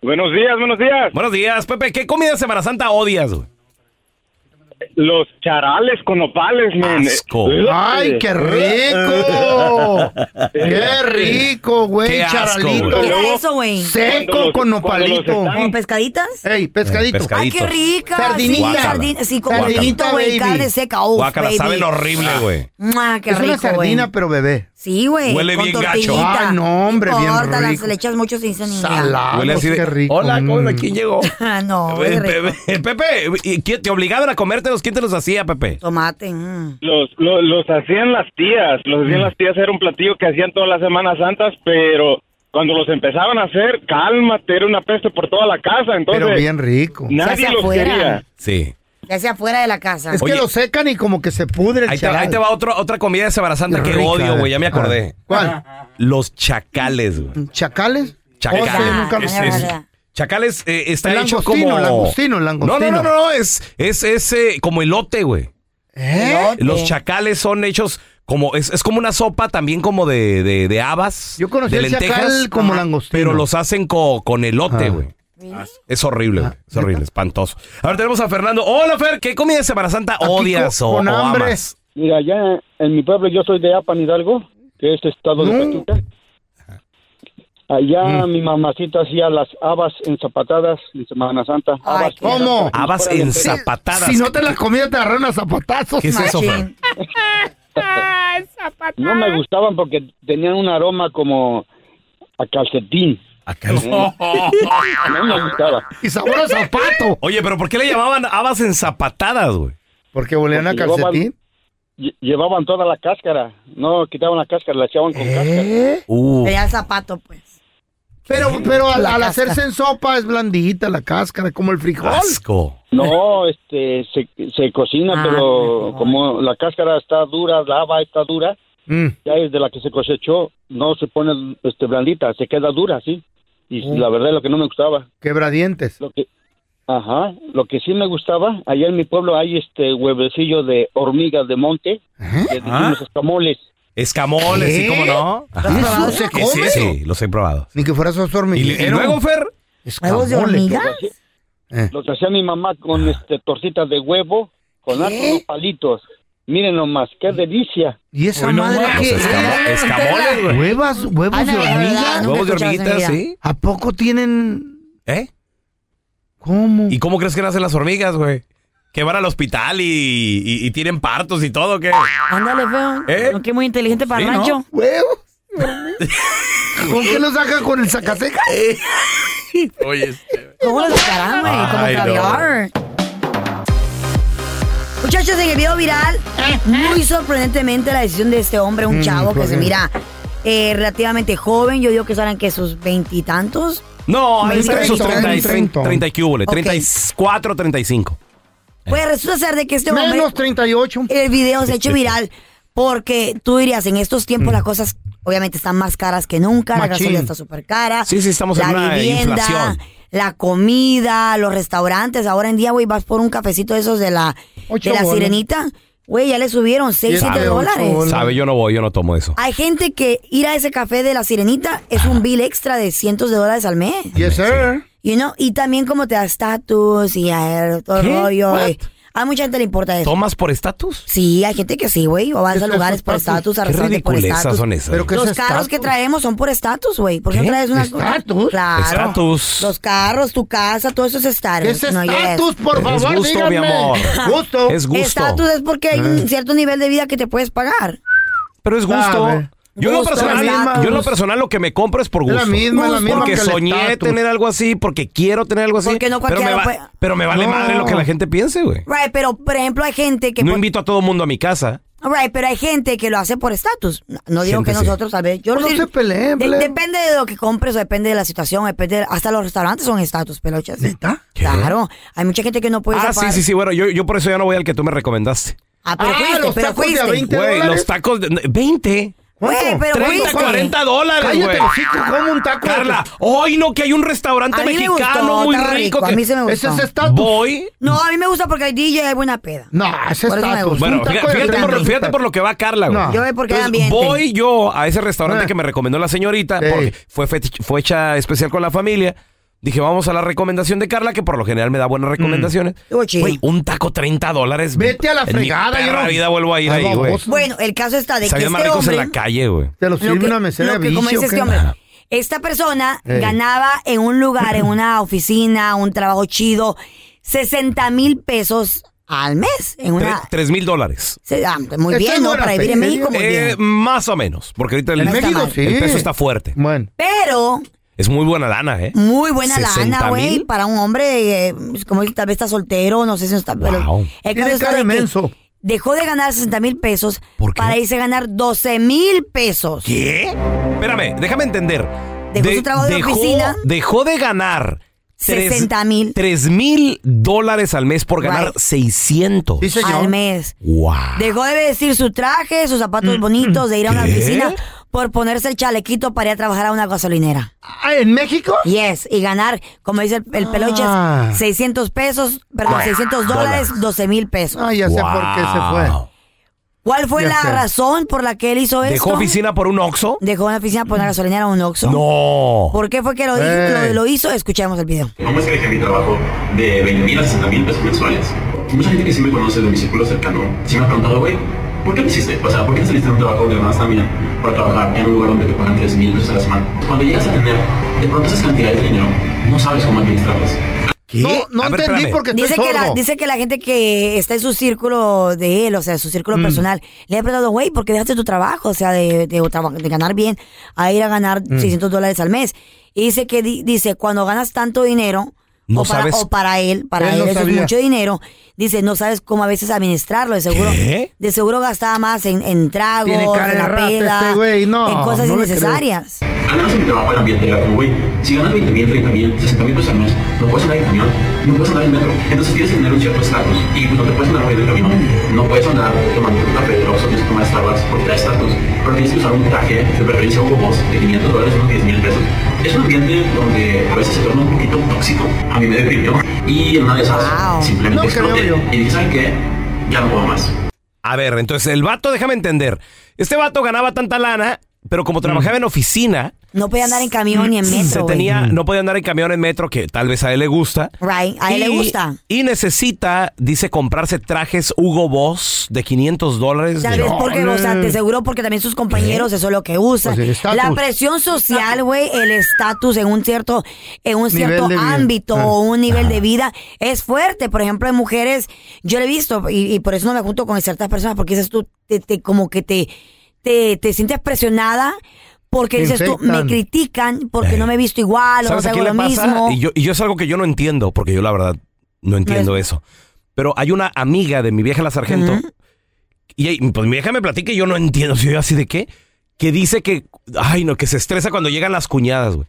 [SPEAKER 10] Buenos días, buenos días.
[SPEAKER 2] Buenos días, Pepe. ¿Qué comida de Semana Santa odias, güey?
[SPEAKER 10] Los charales con nopales, men.
[SPEAKER 2] Asco.
[SPEAKER 12] eh,
[SPEAKER 3] ¡Ay, qué rico! ¡Qué rico, güey!
[SPEAKER 2] Qué asco,
[SPEAKER 3] Charalito.
[SPEAKER 2] güey. Eh,
[SPEAKER 4] ¿Qué era eso, güey?
[SPEAKER 3] Seco
[SPEAKER 10] Cuando los-
[SPEAKER 3] con
[SPEAKER 10] cuando los
[SPEAKER 3] nopalito.
[SPEAKER 4] ¿Con pescaditas?
[SPEAKER 3] ¡Ey, pescadito!
[SPEAKER 2] Eh, pescadito.
[SPEAKER 4] ¡Ay, qué rica!
[SPEAKER 3] Sardinita.
[SPEAKER 4] Sí, sardin- sí,
[SPEAKER 3] Sardinita,
[SPEAKER 4] con sardinita, güey,
[SPEAKER 3] baby.
[SPEAKER 4] carne seca. Uf,
[SPEAKER 2] Guácala,
[SPEAKER 4] baby.
[SPEAKER 2] saben horrible, güey.
[SPEAKER 4] Mua, qué
[SPEAKER 3] es
[SPEAKER 4] rico,
[SPEAKER 3] una
[SPEAKER 4] güey.
[SPEAKER 3] sardina, pero bebé.
[SPEAKER 4] Sí, güey.
[SPEAKER 2] Huele
[SPEAKER 4] con
[SPEAKER 2] bien gacho.
[SPEAKER 4] tortillita.
[SPEAKER 2] Ay, no, hombre, bien
[SPEAKER 4] Córtalas,
[SPEAKER 2] rico.
[SPEAKER 4] le echas mucho sin
[SPEAKER 2] Salado, Huele así de, qué rico. "Hola, hola, ¿quién llegó?"
[SPEAKER 4] no, huele
[SPEAKER 2] Eh,
[SPEAKER 4] rico.
[SPEAKER 2] Pepe, Pepe, ¿y quién- ¿te obligaban a comértelos? ¿Quién te los hacía, Pepe?
[SPEAKER 4] Tomate. mm.
[SPEAKER 12] Los, lo- los, hacían las tías, los hacían las tías, era un platillo que hacían todas las Semanas Santas, pero cuando los empezaban a hacer, cálmate, era una peste por toda la casa, entonces...
[SPEAKER 3] Pero bien rico.
[SPEAKER 12] Nadie
[SPEAKER 4] Hacia
[SPEAKER 12] los
[SPEAKER 4] afuera.
[SPEAKER 12] quería.
[SPEAKER 2] Sí.
[SPEAKER 4] Ya sea fuera de la casa.
[SPEAKER 3] Es que lo secan y como que se pudre el
[SPEAKER 2] Ahí te, ahí
[SPEAKER 3] charal.
[SPEAKER 2] te va otro- otra comida de Semana Santa que
[SPEAKER 3] Rica,
[SPEAKER 2] odio, güey. Ya me
[SPEAKER 3] eh.
[SPEAKER 2] acordé.
[SPEAKER 3] ¿Cuál?
[SPEAKER 2] Los chacales, güey.
[SPEAKER 3] ¿Chacales?
[SPEAKER 2] Chacales.
[SPEAKER 3] Oh, sí, nunca los-
[SPEAKER 2] Es- es- Chacales eh, está
[SPEAKER 3] El
[SPEAKER 2] hecho
[SPEAKER 3] langostino,
[SPEAKER 2] como.
[SPEAKER 3] el langostino, el langostino.
[SPEAKER 2] No, no, no, no, no, es, es, es, eh, como elote, güey.
[SPEAKER 3] ¿Eh?
[SPEAKER 2] Los
[SPEAKER 3] chacales.
[SPEAKER 2] chacales son hechos como. Es, es como una sopa también como de, de, de habas. Yo
[SPEAKER 3] conocí
[SPEAKER 2] de
[SPEAKER 3] el chacal como langostino.
[SPEAKER 2] Pero los hacen co- con elote, güey. Es horrible, güey. Es horrible, espantoso. Ahora tenemos a Fernando. Hola, Fer. ¿Qué comida de Semana Santa odias o, o amas?
[SPEAKER 13] Mira, ya en mi pueblo yo soy de Apan Hidalgo, que es estado de Pachuca. Allá mi mamacita hacía las habas ensapatadas en Semana Santa. Habas pues.
[SPEAKER 3] ¿Cómo?
[SPEAKER 2] Habas
[SPEAKER 3] Sí, Si no te las comías, te agarraron a zapatazos. machín.
[SPEAKER 13] No me gustaban porque tenían un aroma como a calcetín.
[SPEAKER 2] A
[SPEAKER 3] calcetín.
[SPEAKER 13] No me gustaba.
[SPEAKER 3] Y sabor a zapato.
[SPEAKER 2] Oye, pero ¿por qué le llamaban habas ensapatadas, güey?
[SPEAKER 3] Porque volvían a
[SPEAKER 13] Porque llevaban-
[SPEAKER 3] calcetín.
[SPEAKER 13] lle- Llevaban toda la cáscara. No quitaban la cáscara, la echaban con cáscara.
[SPEAKER 4] Sería el zapato, pues.
[SPEAKER 3] Pero, pero al,
[SPEAKER 13] La
[SPEAKER 3] al
[SPEAKER 13] cáscara.
[SPEAKER 3] hacerse en sopa es blandita la cáscara, como el frijol.
[SPEAKER 2] Asco.
[SPEAKER 13] No, este, se, se cocina,
[SPEAKER 3] Ah,
[SPEAKER 13] pero como la cáscara está dura, la haba está dura, ya desde la que se cosechó, no se pone este, blandita, se queda dura, sí. Y
[SPEAKER 3] Mm.
[SPEAKER 13] la verdad es lo que no me gustaba.
[SPEAKER 3] Quebradientes.
[SPEAKER 13] Lo que, ajá, lo que sí me gustaba, allá en mi pueblo hay este huevecillo de hormigas de monte, que decimos escamoles.
[SPEAKER 2] Ah. Escamoles, sí, cómo no.
[SPEAKER 13] ¿Eso
[SPEAKER 2] Ajá.
[SPEAKER 13] se
[SPEAKER 2] ¿Qué es
[SPEAKER 13] come?
[SPEAKER 2] eso? Sí, los he probado.
[SPEAKER 3] Ni que fuera sos
[SPEAKER 2] ¿Y, y luego, Fer?
[SPEAKER 3] Escamoles.
[SPEAKER 13] Los hacía mi mamá con este tortitas de huevo, con hartos palitos. Miren nomás, qué delicia.
[SPEAKER 3] ¿Y esa madre qué es?
[SPEAKER 2] escamoles, güey.
[SPEAKER 3] Huevas, huevos
[SPEAKER 13] Ah,
[SPEAKER 3] de
[SPEAKER 13] no, la verdad,
[SPEAKER 3] hormiga.
[SPEAKER 2] nunca Huevos de he escuchado hormiguita, esa sí.
[SPEAKER 3] ¿A poco tienen?
[SPEAKER 2] ¿Eh?
[SPEAKER 3] ¿Cómo?
[SPEAKER 2] ¿Y cómo crees que nacen las hormigas, güey? Que van al hospital y, y- y tienen partos y todo, ¿qué?
[SPEAKER 4] Ándale,
[SPEAKER 3] pues.
[SPEAKER 4] feo.
[SPEAKER 2] ¿Eh?
[SPEAKER 4] No, que muy inteligente para
[SPEAKER 2] Sí,
[SPEAKER 4] el
[SPEAKER 2] ¿no?
[SPEAKER 4] rancho.
[SPEAKER 3] Huevos. ¿Con qué lo sacan con el sacaseca?
[SPEAKER 2] Eh. Oye,
[SPEAKER 4] ¿Cómo lo sacarán, güey? Como
[SPEAKER 2] Ay, no.
[SPEAKER 4] caviar. Muchachos, en el video viral, muy sorprendentemente la decisión de este hombre, un
[SPEAKER 14] Mm,
[SPEAKER 4] chavo que
[SPEAKER 14] ¿por
[SPEAKER 4] se
[SPEAKER 14] qué?
[SPEAKER 4] mira eh, relativamente joven, yo digo que serán que sus veintitantos.
[SPEAKER 2] No, ahí
[SPEAKER 4] Veinte,
[SPEAKER 2] están esos
[SPEAKER 4] veinte,
[SPEAKER 2] 30, y
[SPEAKER 4] veinte.
[SPEAKER 2] 30, 30 y qué hubo, le,
[SPEAKER 4] Ok.
[SPEAKER 2] 34, 35.
[SPEAKER 4] Pues resulta ser de que este
[SPEAKER 3] Menos
[SPEAKER 4] hombre...
[SPEAKER 3] 38.
[SPEAKER 4] El video se ha hecho viral porque tú dirías, en estos tiempos las cosas obviamente están más caras que nunca, la
[SPEAKER 2] Mm. Machín.
[SPEAKER 4] gasolina está súper cara.
[SPEAKER 2] Sí, sí, estamos
[SPEAKER 4] la
[SPEAKER 2] en una
[SPEAKER 4] vivienda,
[SPEAKER 2] inflación.
[SPEAKER 4] La comida, los restaurantes. Ahora en día, güey, vas por un cafecito de esos de la,
[SPEAKER 2] Ocho
[SPEAKER 4] de la
[SPEAKER 2] bolas.
[SPEAKER 4] sirenita. Güey, ya le subieron 6, 7 dólares.
[SPEAKER 2] Sabe, yo no voy, yo no tomo eso.
[SPEAKER 4] Hay gente que ir a ese café de la sirenita es un bill extra de cientos de dólares al mes.
[SPEAKER 3] Yes, sir.
[SPEAKER 4] You know? Y también como te da estatus y eh, todo el
[SPEAKER 2] ¿Qué?
[SPEAKER 4] rollo.
[SPEAKER 2] What?
[SPEAKER 4] eh. A mucha gente le importa eso.
[SPEAKER 2] ¿Tomas por estatus?
[SPEAKER 4] Sí, hay gente que sí, güey. O vas
[SPEAKER 2] ¿Qué
[SPEAKER 4] a
[SPEAKER 2] es
[SPEAKER 4] lugares
[SPEAKER 2] esos
[SPEAKER 4] por
[SPEAKER 2] estatus?
[SPEAKER 4] estatus, a
[SPEAKER 2] ¿Qué
[SPEAKER 4] restaurantes por
[SPEAKER 2] ridiculezas
[SPEAKER 4] estatus.
[SPEAKER 2] son esas? ¿Pero qué es
[SPEAKER 4] Los carros
[SPEAKER 2] estatus?
[SPEAKER 4] que traemos son por estatus, güey. ¿Por qué, no
[SPEAKER 2] ¿Qué?
[SPEAKER 4] traes una
[SPEAKER 2] ¿Estatus?
[SPEAKER 4] Claro.
[SPEAKER 2] ¿Estatus?
[SPEAKER 4] Los carros, tu casa, todo eso es estatus.
[SPEAKER 3] ¿Qué es estatus, por Es
[SPEAKER 2] favor, gusto, díganme? mi amor. Gusto. Es gusto.
[SPEAKER 4] Estatus es porque hay un
[SPEAKER 2] Eh.
[SPEAKER 4] cierto nivel de vida que te puedes pagar.
[SPEAKER 2] Pero
[SPEAKER 3] Ah,
[SPEAKER 2] es gusto.
[SPEAKER 4] Sabe.
[SPEAKER 2] Yo, en lo
[SPEAKER 4] Gusto,
[SPEAKER 2] personal,
[SPEAKER 4] estatus.
[SPEAKER 2] yo en lo personal lo que me compro es por
[SPEAKER 3] Es
[SPEAKER 2] gusto.
[SPEAKER 3] la misma, es la misma
[SPEAKER 2] porque
[SPEAKER 3] que el
[SPEAKER 2] soñé
[SPEAKER 3] estatus.
[SPEAKER 2] tener algo así, porque quiero tener algo así.
[SPEAKER 4] Porque no
[SPEAKER 2] pero, me
[SPEAKER 4] cualquiera
[SPEAKER 2] va-
[SPEAKER 4] puede-
[SPEAKER 2] pero me vale
[SPEAKER 4] No.
[SPEAKER 2] madre lo que la gente piense, güey.
[SPEAKER 4] Right, pero por ejemplo hay gente que...
[SPEAKER 2] No
[SPEAKER 4] por-
[SPEAKER 2] invito a todo mundo a mi casa.
[SPEAKER 4] Right, pero hay gente que lo hace por estatus. No, no digo
[SPEAKER 2] Gente,
[SPEAKER 4] que
[SPEAKER 2] sí. Pues
[SPEAKER 4] nosotros, tal vez. Yo
[SPEAKER 3] No se peleen,
[SPEAKER 4] de-
[SPEAKER 3] peleen.
[SPEAKER 4] Depende de lo que compres o depende de la situación. Depende de- hasta los restaurantes son estatus, pelochas. ¿Neta? Claro. Hay mucha gente que no puede
[SPEAKER 2] Ah,
[SPEAKER 4] zapar-
[SPEAKER 2] sí, sí, sí, bueno, yo, yo por eso ya no voy al que tú me recomendaste.
[SPEAKER 4] Ah, pero
[SPEAKER 3] Ah,
[SPEAKER 4] fuiste,
[SPEAKER 3] los
[SPEAKER 4] pero
[SPEAKER 3] tacos de a
[SPEAKER 4] fuiste.
[SPEAKER 3] 20
[SPEAKER 2] Güey,
[SPEAKER 3] dólares?
[SPEAKER 2] los tacos de... ¿20?
[SPEAKER 4] Güey, pero
[SPEAKER 2] 30,
[SPEAKER 4] fuiste.
[SPEAKER 2] 40 dólares,
[SPEAKER 3] Cállate,
[SPEAKER 2] güey.
[SPEAKER 3] hocico, como un taco.
[SPEAKER 2] Carla, hoy no, que hay un restaurante
[SPEAKER 4] A mí me
[SPEAKER 2] mexicano
[SPEAKER 4] gustó,
[SPEAKER 2] muy
[SPEAKER 4] estaba
[SPEAKER 2] rico.
[SPEAKER 4] rico, a
[SPEAKER 2] que-
[SPEAKER 4] mí se me gustó.
[SPEAKER 2] Ese es estatus. Voy.
[SPEAKER 4] No, a mí me gusta porque hay DJ y hay buena peda.
[SPEAKER 3] No, ese
[SPEAKER 4] Por eso me
[SPEAKER 3] estatus.
[SPEAKER 4] gusta.
[SPEAKER 2] Bueno,
[SPEAKER 3] Un taco
[SPEAKER 2] fíjate,
[SPEAKER 3] de
[SPEAKER 2] fíjate por, lo,
[SPEAKER 3] tacos.
[SPEAKER 2] fíjate por lo que va Carla, güey.
[SPEAKER 3] No.
[SPEAKER 4] Yo voy porque hay
[SPEAKER 2] Entonces,
[SPEAKER 4] ambiente.
[SPEAKER 2] voy yo a ese restaurante
[SPEAKER 3] Eh.
[SPEAKER 2] que me recomendó la señorita
[SPEAKER 3] Sí.
[SPEAKER 2] porque fue, fech- fue hecha especial con la familia. Dije, vamos a la recomendación de Carla, que por lo general me da buenas recomendaciones.
[SPEAKER 4] Estuvo chido.
[SPEAKER 2] Güey, un taco 30 dólares.
[SPEAKER 3] Mm. Vete a la
[SPEAKER 2] En mi
[SPEAKER 3] fregada, yo
[SPEAKER 2] perra
[SPEAKER 3] no-
[SPEAKER 2] vida vuelvo a ir
[SPEAKER 3] Ay,
[SPEAKER 2] ahí, güey.
[SPEAKER 3] baboso.
[SPEAKER 4] Bueno, el caso está de que
[SPEAKER 2] Sabían más
[SPEAKER 4] este
[SPEAKER 2] ricos
[SPEAKER 4] hombre...
[SPEAKER 2] en la calle, güey.
[SPEAKER 3] Te lo sirve
[SPEAKER 4] que-
[SPEAKER 3] una mesera
[SPEAKER 4] lo
[SPEAKER 3] de
[SPEAKER 4] que- como
[SPEAKER 3] bicho.
[SPEAKER 4] dice este
[SPEAKER 3] ¿qué?
[SPEAKER 4] hombre, esta persona
[SPEAKER 3] Ey.
[SPEAKER 4] ganaba en un lugar, en una oficina, un trabajo chido, 60 mil pesos al mes en una...
[SPEAKER 2] Tres mil dólares.
[SPEAKER 4] se- ah, muy bien, ¿no? Para vivir en México, muy
[SPEAKER 2] Eh,
[SPEAKER 4] bien.
[SPEAKER 2] Más o menos, porque ahorita el,
[SPEAKER 4] En México, sí.
[SPEAKER 2] el peso está fuerte.
[SPEAKER 3] Bueno.
[SPEAKER 4] Pero
[SPEAKER 2] Es muy buena lana, ¿eh?
[SPEAKER 4] muy buena lana,
[SPEAKER 2] 60
[SPEAKER 4] güey,
[SPEAKER 2] mil.
[SPEAKER 4] para un hombre, eh, como él tal vez está soltero, no sé si no está... Pero el caso está de que Dejó de ganar 60 mil pesos para irse a ganar 12 mil pesos.
[SPEAKER 2] ¿Qué? Espérame, déjame entender.
[SPEAKER 4] Dejó su trabajo de
[SPEAKER 2] dejó-
[SPEAKER 4] oficina.
[SPEAKER 2] Dejó de ganar.
[SPEAKER 4] 60 mil.
[SPEAKER 2] 3 mil dólares al mes por ganar
[SPEAKER 4] Right.
[SPEAKER 2] 600.
[SPEAKER 4] Al mes.
[SPEAKER 2] ¡Wow!
[SPEAKER 4] Dejó de vestir su traje, sus
[SPEAKER 3] Mm.
[SPEAKER 4] zapatos bonitos, de ir a una
[SPEAKER 2] ¿Qué?
[SPEAKER 4] oficina por ponerse el chalequito para ir a trabajar a una gasolinera.
[SPEAKER 3] Ah, ¿En México?
[SPEAKER 4] Yes, y ganar, como dice el, el peloches,
[SPEAKER 3] Ah.
[SPEAKER 4] 600 pesos, perdón,
[SPEAKER 3] Bueno,
[SPEAKER 4] 600 dólares, 12 mil pesos.
[SPEAKER 3] Ah, ya sé por qué se fue.
[SPEAKER 4] ¿Cuál fue
[SPEAKER 2] Ya
[SPEAKER 4] la
[SPEAKER 2] sé.
[SPEAKER 4] razón por la que él hizo eso?
[SPEAKER 2] ¿Dejó oficina por un Oxxo?
[SPEAKER 4] Dejó una oficina por una gasolinera o un Oxxo.
[SPEAKER 2] No.
[SPEAKER 4] ¿Por qué fue que lo, di-
[SPEAKER 2] Ey.
[SPEAKER 3] Eh.
[SPEAKER 4] lo- lo hizo? Escuchemos el video.
[SPEAKER 15] Vamos a dejé mi trabajo de 20 mil a 60 mil pesos mensuales. Mucha gente que sí me conoce de mi círculo cercano sí me ha preguntado, güey, ¿por qué lo hiciste? O sea, ¿por qué no saliste de un trabajo de más nómina para trabajar en un lugar donde te pagan 3 mil pesos a la semana? Cuando llegas a tener de pronto esas cantidades de dinero, no sabes cómo administrarlas.
[SPEAKER 3] No, no entendí porque
[SPEAKER 4] dice
[SPEAKER 3] estoy
[SPEAKER 4] que, la,
[SPEAKER 3] sordo.
[SPEAKER 4] dice que la gente que está en su círculo de él, o sea, su círculo
[SPEAKER 3] Mm.
[SPEAKER 4] personal, le ha preguntado, güey, ¿por qué dejaste tu trabajo? O sea, de, de, traba- de ganar bien a ir a ganar
[SPEAKER 2] Mm.
[SPEAKER 4] 600 dólares al mes. Y dice que, di- dice, cuando ganas tanto dinero,
[SPEAKER 2] No
[SPEAKER 4] o, para,
[SPEAKER 2] sabes-
[SPEAKER 4] o para él, para
[SPEAKER 2] Él
[SPEAKER 4] él,
[SPEAKER 2] no
[SPEAKER 4] eso es
[SPEAKER 2] sabía.
[SPEAKER 4] mucho dinero, dice, no sabes cómo a veces administrarlo, de seguro.
[SPEAKER 2] ¿Qué?
[SPEAKER 4] De seguro gastaba más en, en tragos,
[SPEAKER 3] Tiene cara
[SPEAKER 4] en
[SPEAKER 3] de
[SPEAKER 4] la
[SPEAKER 3] rata
[SPEAKER 4] peda,
[SPEAKER 3] este güey, no,
[SPEAKER 4] en cosas
[SPEAKER 3] no le creo.
[SPEAKER 4] innecesarias.
[SPEAKER 15] Al menos en mi trabajo el ambiente era como, güey, si ganas 20 mil, 30 mil, 60 mil pesos al mes, no puedes andar en camión, no puedes andar en metro. Entonces tienes que tener un cierto estatus y pues, no te puedes andar moviendo en camino. No puedes andar tomando un café de Oxxo, tienes que tomar Starbucks porque da estatus. Pero tienes que usar un traje, de preferencia un voz de 500 dólares, unos 10 mil pesos. Es un ambiente donde a veces se torna un poquito tóxico. A mí me deprimió y en una de esas simplemente
[SPEAKER 2] No creo
[SPEAKER 15] exploté.
[SPEAKER 2] yo.
[SPEAKER 15] Y dije, ¿saben qué? Ya no puedo más.
[SPEAKER 2] A ver, entonces el vato, déjame entender. Este vato ganaba tanta lana, pero como trabajaba en oficina,
[SPEAKER 4] No podía andar en camión Mm.
[SPEAKER 3] Mm,
[SPEAKER 4] ni en metro.
[SPEAKER 2] se
[SPEAKER 4] güey.
[SPEAKER 2] tenía, no podía andar en camión en metro, que tal vez a él le gusta.
[SPEAKER 4] Right, a él le
[SPEAKER 2] Y-
[SPEAKER 4] gusta.
[SPEAKER 2] Y necesita, dice, comprarse trajes Hugo Boss de 500 dólares.
[SPEAKER 4] Tal
[SPEAKER 2] de-
[SPEAKER 4] vez porque, o sea, te seguro porque también sus compañeros eso es lo que usan.
[SPEAKER 2] Pues el ¿Eh? estatus.
[SPEAKER 4] la presión social, güey, el estatus en un cierto, en un
[SPEAKER 3] Nivel
[SPEAKER 4] cierto
[SPEAKER 3] de vida.
[SPEAKER 4] ámbito
[SPEAKER 3] Ah.
[SPEAKER 4] o un nivel de vida es fuerte. Por ejemplo, en mujeres, yo lo he visto y, y por eso no me junto con ciertas personas porque dices tú, te, te- como que te, te, te sientes presionada porque
[SPEAKER 2] Te
[SPEAKER 4] dices tú, me
[SPEAKER 2] infectan. Eh.
[SPEAKER 4] critican porque no me he visto igual o no
[SPEAKER 2] ¿Sabes a
[SPEAKER 4] hago
[SPEAKER 2] quién
[SPEAKER 4] lo
[SPEAKER 2] le
[SPEAKER 4] mismo.
[SPEAKER 2] pasa? Y yo, y yo es algo que yo no entiendo, porque yo la verdad no entiendo eso. Pero hay una amiga de mi vieja la sargento, y y, pues mi vieja me platica y yo no entiendo, si yo así de qué, que dice que, ay no, que se estresa cuando llegan las cuñadas, güey.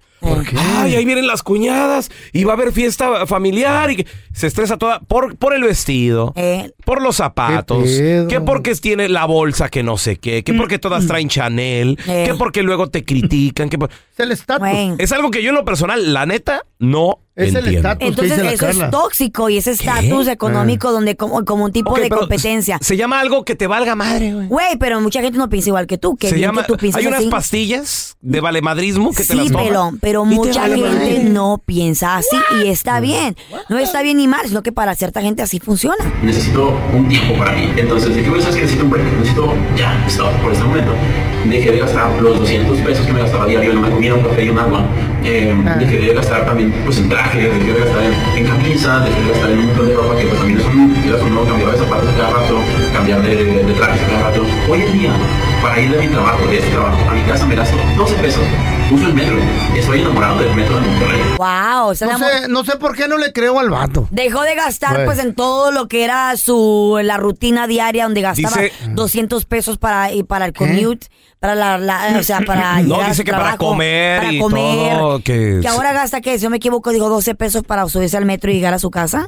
[SPEAKER 2] Ay, ahí vienen las cuñadas y va a haber fiesta familiar y que se estresa toda por, por el vestido, por los zapatos, que porque tiene la bolsa que no sé qué, que porque todas traen Chanel,
[SPEAKER 3] Eh.
[SPEAKER 2] que porque luego te critican, que por-
[SPEAKER 3] Es el estatus.
[SPEAKER 2] es algo que yo en lo personal, la neta, no
[SPEAKER 3] Es el
[SPEAKER 2] entiendo.
[SPEAKER 3] estatus
[SPEAKER 4] Entonces eso es tóxico y ese estatus económico donde como, como un tipo
[SPEAKER 2] Ah. Ok,
[SPEAKER 4] de
[SPEAKER 2] pero
[SPEAKER 4] competencia.
[SPEAKER 2] Se llama algo que te valga madre, güey.
[SPEAKER 4] Güey, pero mucha gente no piensa igual que tú. Que
[SPEAKER 2] Se
[SPEAKER 4] bien
[SPEAKER 2] llama,
[SPEAKER 4] que tú piensas
[SPEAKER 2] hay unas
[SPEAKER 4] así.
[SPEAKER 2] pastillas de valemadrismo que te
[SPEAKER 4] Sí,
[SPEAKER 2] las tomas.
[SPEAKER 4] pelón, pero
[SPEAKER 2] Y te
[SPEAKER 4] mucha
[SPEAKER 2] vale madre. Mm.
[SPEAKER 4] gente no piensa así y está bien. No está bien ni mal, sino que para cierta gente así funciona.
[SPEAKER 15] necesito un tiempo para mí. Entonces dije, bueno, sabes que necesito un break, necesito ya, stop, por este momento. Dejé de gastar los 200 pesos que me gastaba diario en una comida, un café y un agua. Eh, Dejé de gastar también pues, en trajes, dejé de gastar en, en camisas, dejé de gastar en un montón de ropa que pues, también es un, quieras o no, cambiar de zapatos a cada rato, cambiar de, de trajes a cada rato. Hoy en día, para ir de mi trabajo, de este trabajo, a mi casa me gasto 12 pesos. Uso el metro, estoy enamorado del metro de Monterrey.
[SPEAKER 4] Wow,
[SPEAKER 3] No sé, no sé por qué no le creo al vato.
[SPEAKER 4] Dejó de gastar
[SPEAKER 3] Güey.
[SPEAKER 4] pues en todo lo que era su la rutina diaria donde gastaba
[SPEAKER 2] Dice-
[SPEAKER 4] 200 pesos para y para el commute, para la, la- o sea, para
[SPEAKER 2] No,
[SPEAKER 4] llegar a
[SPEAKER 2] dice
[SPEAKER 4] su
[SPEAKER 2] que para
[SPEAKER 4] trabajo,
[SPEAKER 2] comer
[SPEAKER 4] para
[SPEAKER 2] y
[SPEAKER 4] comer.
[SPEAKER 2] todo. Que,
[SPEAKER 4] Que ahora gasta que si no me equivoco digo 12 pesos para subirse al metro y llegar a su casa.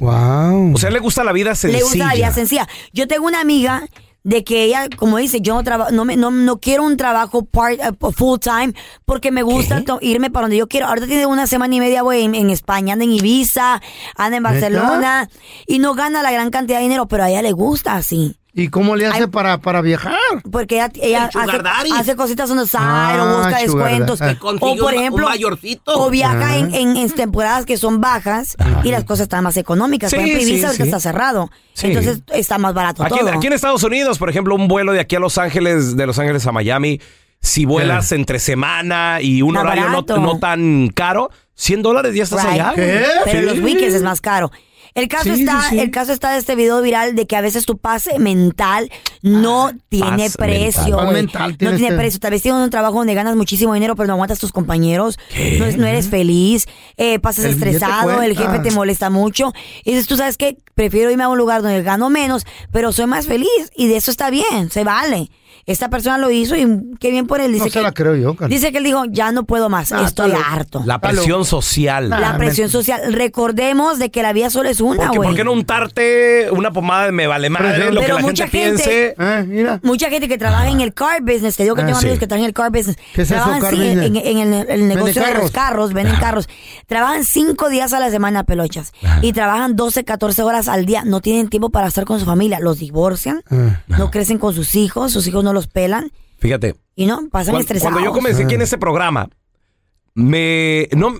[SPEAKER 3] Wow.
[SPEAKER 2] O sea, le gusta la vida sencilla.
[SPEAKER 4] Le gusta la vida sencilla. Yo tengo una amiga de que ella, como dice, yo no trabajo, no, me- no, no quiero un trabajo part, eh, full time porque me gusta to- irme para donde yo quiero. Ahorita tiene una semana y media, güey, en, en España, anda en Ibiza, anda en Barcelona y no gana la gran cantidad de dinero, pero a ella le gusta así.
[SPEAKER 3] ¿Y cómo le hace para, para viajar?
[SPEAKER 4] Porque ella, ella
[SPEAKER 3] Ah. El sugar daddy.
[SPEAKER 4] hace, hace cositas donde sale,
[SPEAKER 3] Ah,
[SPEAKER 4] busca
[SPEAKER 3] sugar
[SPEAKER 4] descuentos.
[SPEAKER 3] daddy. Que
[SPEAKER 4] O
[SPEAKER 3] consigue
[SPEAKER 4] por
[SPEAKER 3] un-
[SPEAKER 4] ejemplo,
[SPEAKER 3] un mayorcito.
[SPEAKER 4] o viaja
[SPEAKER 3] Ah.
[SPEAKER 4] en, en- en temporadas que son bajas y las cosas están más económicas. por
[SPEAKER 2] Sí,
[SPEAKER 4] ejemplo,
[SPEAKER 2] sí,
[SPEAKER 4] Ibiza ahorita
[SPEAKER 2] sí.
[SPEAKER 4] está cerrado.
[SPEAKER 2] Sí.
[SPEAKER 4] Entonces está más barato
[SPEAKER 2] Aquí,
[SPEAKER 4] todo.
[SPEAKER 2] aquí en Estados Unidos, por ejemplo, un vuelo de aquí a Los Ángeles, de Los Ángeles a Miami, si
[SPEAKER 3] Eh.
[SPEAKER 2] vuelas entre semana y un
[SPEAKER 4] Está
[SPEAKER 2] horario no,
[SPEAKER 4] barato.
[SPEAKER 2] no tan caro, 100 dólares ya estás
[SPEAKER 4] Right.
[SPEAKER 2] allá. güey.
[SPEAKER 4] Pero
[SPEAKER 2] Sí.
[SPEAKER 4] los weekends es más caro. El caso,
[SPEAKER 16] Sí,
[SPEAKER 4] está,
[SPEAKER 16] sí, sí.
[SPEAKER 4] el caso está de este video viral de que a veces tu paz mental no tiene
[SPEAKER 16] paz Ah, mental.
[SPEAKER 4] precio.
[SPEAKER 16] Paz
[SPEAKER 4] güey.
[SPEAKER 16] mental
[SPEAKER 4] no
[SPEAKER 16] tienes
[SPEAKER 4] tiene
[SPEAKER 16] que-
[SPEAKER 4] precio. Tal vez tienes un trabajo donde ganas muchísimo dinero, pero no aguantas tus compañeros. No, es- no eres feliz, eh, pasas
[SPEAKER 16] El billete
[SPEAKER 4] estresado, el
[SPEAKER 16] cuenta.
[SPEAKER 4] jefe te molesta mucho. Y dices, tú sabes qué, prefiero irme a un lugar donde gano menos, pero soy más feliz. Y de eso está bien, se vale. Esta persona lo hizo y qué bien por él. Dice
[SPEAKER 3] No se
[SPEAKER 4] que-
[SPEAKER 3] la creo yo, carnal.
[SPEAKER 4] Dice que él dijo, ya no puedo más,
[SPEAKER 3] Ah, está
[SPEAKER 4] estoy
[SPEAKER 3] loco.
[SPEAKER 4] harto.
[SPEAKER 2] La presión social.
[SPEAKER 4] La presión social. Recordemos de que la vida solo es una,
[SPEAKER 2] Porque,
[SPEAKER 4] güey.
[SPEAKER 2] ¿Por qué no untarte una pomada de me vale madre? Lo que la gente piense.
[SPEAKER 4] mucha gente que trabaja en el car business, te digo que
[SPEAKER 2] Ah,
[SPEAKER 4] tengo
[SPEAKER 2] sí.
[SPEAKER 4] amigos que trabajan en el car business,
[SPEAKER 2] ¿Qué es eso,
[SPEAKER 4] trabajan
[SPEAKER 2] car
[SPEAKER 4] sí, en,
[SPEAKER 2] business?
[SPEAKER 4] en- en el, el
[SPEAKER 2] Venden
[SPEAKER 4] negocio de
[SPEAKER 2] carros.
[SPEAKER 4] los carros, venden carros, trabajan cinco días a la semana, pelochas, y trabajan 12, 14 horas al día, no tienen tiempo para estar con su familia, los divorcian,
[SPEAKER 3] Ah.
[SPEAKER 2] Ah.
[SPEAKER 4] no crecen con sus hijos, sus hijos no los pelan,
[SPEAKER 2] Fíjate.
[SPEAKER 4] y no, pasan
[SPEAKER 2] Cuando,
[SPEAKER 4] estresados.
[SPEAKER 2] cuando yo comencé aquí en ese programa, me. No,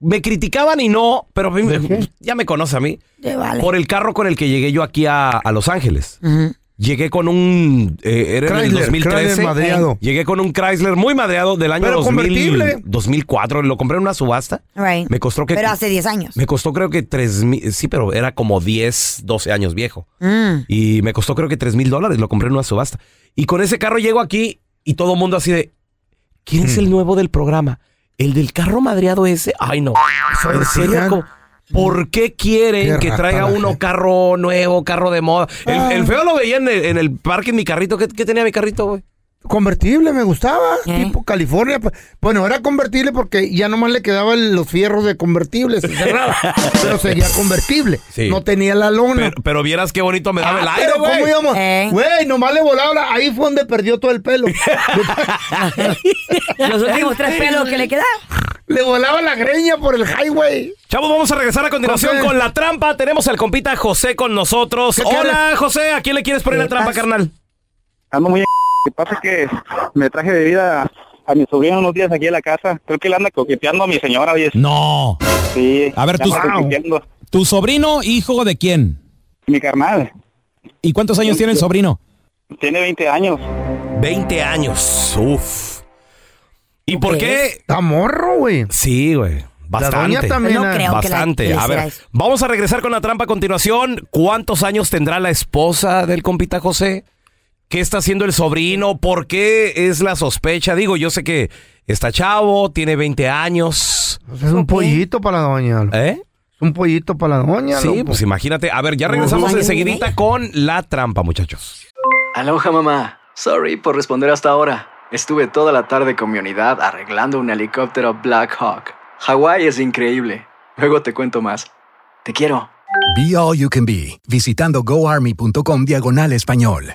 [SPEAKER 2] me criticaban y no, pero a mí me- ya me conoce a mí.
[SPEAKER 4] Te vale.
[SPEAKER 2] Por el carro con el que llegué yo aquí a, a Los Ángeles.
[SPEAKER 4] Ujú.
[SPEAKER 2] Llegué con un. eh, era en el
[SPEAKER 3] Chrysler,
[SPEAKER 2] 2013.
[SPEAKER 3] Chrysler madreado.
[SPEAKER 2] Llegué con un Chrysler muy madreado del año
[SPEAKER 3] Pero
[SPEAKER 2] 2000,
[SPEAKER 3] convertible.
[SPEAKER 2] 2004. Lo compré en una subasta.
[SPEAKER 4] Right.
[SPEAKER 2] Me costó que.
[SPEAKER 4] Pero hace 10 años.
[SPEAKER 2] Me costó creo que 3 mil. Sí, pero era como 10, 12 años viejo.
[SPEAKER 4] Mm.
[SPEAKER 2] Y me costó creo que 3 mil dólares. Lo compré en una subasta. Y con ese carro llego aquí y todo el mundo así de. ¿Quién es el nuevo del programa? El del carro madreado ese. Ay, no. En serio,
[SPEAKER 16] Cristian.
[SPEAKER 2] ¿cómo? ¿Por Hmm. qué quieren
[SPEAKER 16] Qué
[SPEAKER 2] que
[SPEAKER 16] rata
[SPEAKER 2] traiga
[SPEAKER 16] la
[SPEAKER 2] uno carro nuevo, carro de moda? El, el feo lo veía en el, en el parque, en mi carrito. ¿Qué, qué tenía mi carrito, güey?
[SPEAKER 3] Convertible, me gustaba.
[SPEAKER 4] ¿Eh?
[SPEAKER 3] Tipo California. pa- Bueno, era convertible porque ya nomás le quedaban los fierros de convertible. Se cerraba. pero seguía convertible.
[SPEAKER 2] Sí.
[SPEAKER 3] No tenía la lona.
[SPEAKER 2] Pero, pero vieras qué bonito me daba el
[SPEAKER 3] Ah,
[SPEAKER 2] aire,
[SPEAKER 3] pero
[SPEAKER 2] güey.
[SPEAKER 3] ¿cómo íbamos?
[SPEAKER 4] ¿Eh?
[SPEAKER 3] Güey, nomás le volaba. la- Ahí fue donde perdió todo el pelo.
[SPEAKER 4] Los últimos tres pelos que le quedaban.
[SPEAKER 3] Le volaba la greña por el highway.
[SPEAKER 2] Chavos, vamos a regresar a continuación
[SPEAKER 3] José.
[SPEAKER 2] con la trampa. Tenemos al compita José con nosotros.
[SPEAKER 3] ¿Qué
[SPEAKER 2] Hola,
[SPEAKER 3] quieres?
[SPEAKER 2] José. ¿A quién le quieres poner la trampa, carnal?
[SPEAKER 17] Ando muy en- Lo que pasa es que me traje bebida a mi sobrino unos días aquí a la casa. Creo que le anda coqueteando a mi señora, oye.
[SPEAKER 18] No.
[SPEAKER 17] Sí.
[SPEAKER 18] A ver,
[SPEAKER 17] le
[SPEAKER 18] tus-
[SPEAKER 17] anda coqueteando.
[SPEAKER 18] ¿Tu sobrino, hijo de quién?
[SPEAKER 17] Mi carnal.
[SPEAKER 18] ¿Y cuántos años tiene el sobrino?
[SPEAKER 17] Tiene 20 años.
[SPEAKER 2] 20 años. Uf. ¿Y por qué?
[SPEAKER 3] Está morro, güey.
[SPEAKER 2] Sí, güey.
[SPEAKER 3] doña
[SPEAKER 2] Bastante.
[SPEAKER 3] también, No ah. creo que la-
[SPEAKER 2] bastante.
[SPEAKER 3] que le
[SPEAKER 2] a ver,
[SPEAKER 3] hiciera eso.
[SPEAKER 2] vamos a regresar con la trampa a continuación. ¿Cuántos años tendrá la esposa del compita José? ¿Qué está haciendo el sobrino? ¿Por qué es la sospecha? Digo, yo sé que está chavo, tiene 20 años.
[SPEAKER 3] Pues Es un pollito para la doña.
[SPEAKER 2] ¿Eh?
[SPEAKER 3] Es un pollito para la doña.
[SPEAKER 2] Sí,
[SPEAKER 3] loco.
[SPEAKER 2] pues imagínate. A ver, ya regresamos
[SPEAKER 3] Ujú.
[SPEAKER 2] enseguidita con la trampa, muchachos.
[SPEAKER 19] Aloha mamá. Sorry por responder hasta ahora. Estuve toda la tarde con mi unidad arreglando un helicóptero Black Hawk. Hawái es increíble. Luego te cuento más. Te quiero.
[SPEAKER 20] Be All You Can Be, visitando goarmy.com diagonal español.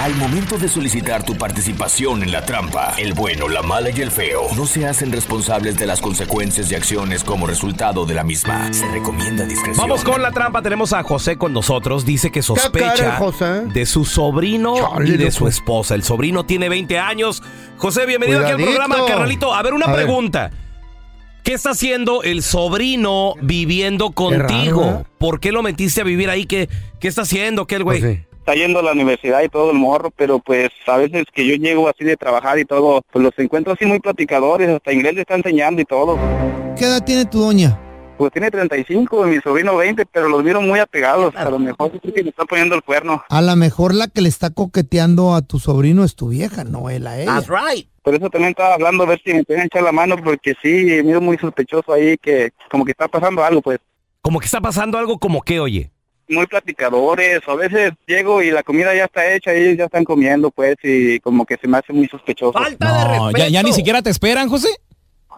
[SPEAKER 21] Al momento de solicitar tu participación en la trampa, el bueno, la mala y el feo no se hacen responsables de las consecuencias y acciones como resultado de la misma. Se recomienda discreción.
[SPEAKER 2] Vamos con la trampa. Tenemos a José con nosotros. Dice que
[SPEAKER 21] cara el
[SPEAKER 2] sospecha
[SPEAKER 21] José?
[SPEAKER 2] de su sobrino
[SPEAKER 21] Chale,
[SPEAKER 2] y de
[SPEAKER 21] loco.
[SPEAKER 2] su esposa. El sobrino tiene 20 años. José, bienvenido aquí
[SPEAKER 21] Cuidadito.
[SPEAKER 2] al programa, carnalito. A ver, una
[SPEAKER 21] A ver.
[SPEAKER 2] pregunta. ¿Qué está haciendo el sobrino viviendo
[SPEAKER 17] raro,
[SPEAKER 2] contigo?
[SPEAKER 17] ¿eh?
[SPEAKER 2] ¿Por qué lo metiste a vivir ahí? ¿Qué, qué está haciendo? ¿Qué el güey?
[SPEAKER 17] Está yendo a la universidad y todo el morro, pero pues a veces que yo llego así de trabajar y todo, pues los encuentro así muy platicadores, hasta inglés le está enseñando y todo.
[SPEAKER 22] ¿Qué edad tiene tu doña?
[SPEAKER 17] Pues tiene 35, mi sobrino 20, pero los miro muy apegados. A lo mejor sí que me está poniendo el cuerno.
[SPEAKER 3] A lo mejor la que le está coqueteando a tu sobrino es tu vieja, no eh? él
[SPEAKER 18] ¿eh?
[SPEAKER 3] a ella.
[SPEAKER 17] right. Por eso también estaba hablando a ver si me pueden echar la mano, porque sí, miro muy sospechoso ahí que como que está pasando algo, pues.
[SPEAKER 2] Como que está pasando algo como que, oye.
[SPEAKER 17] Muy platicadores, a veces llego y la comida ya está hecha y ellos ya están comiendo, pues, y como que se me hace muy sospechoso.
[SPEAKER 18] No, ya, ya ni siquiera te esperan, José.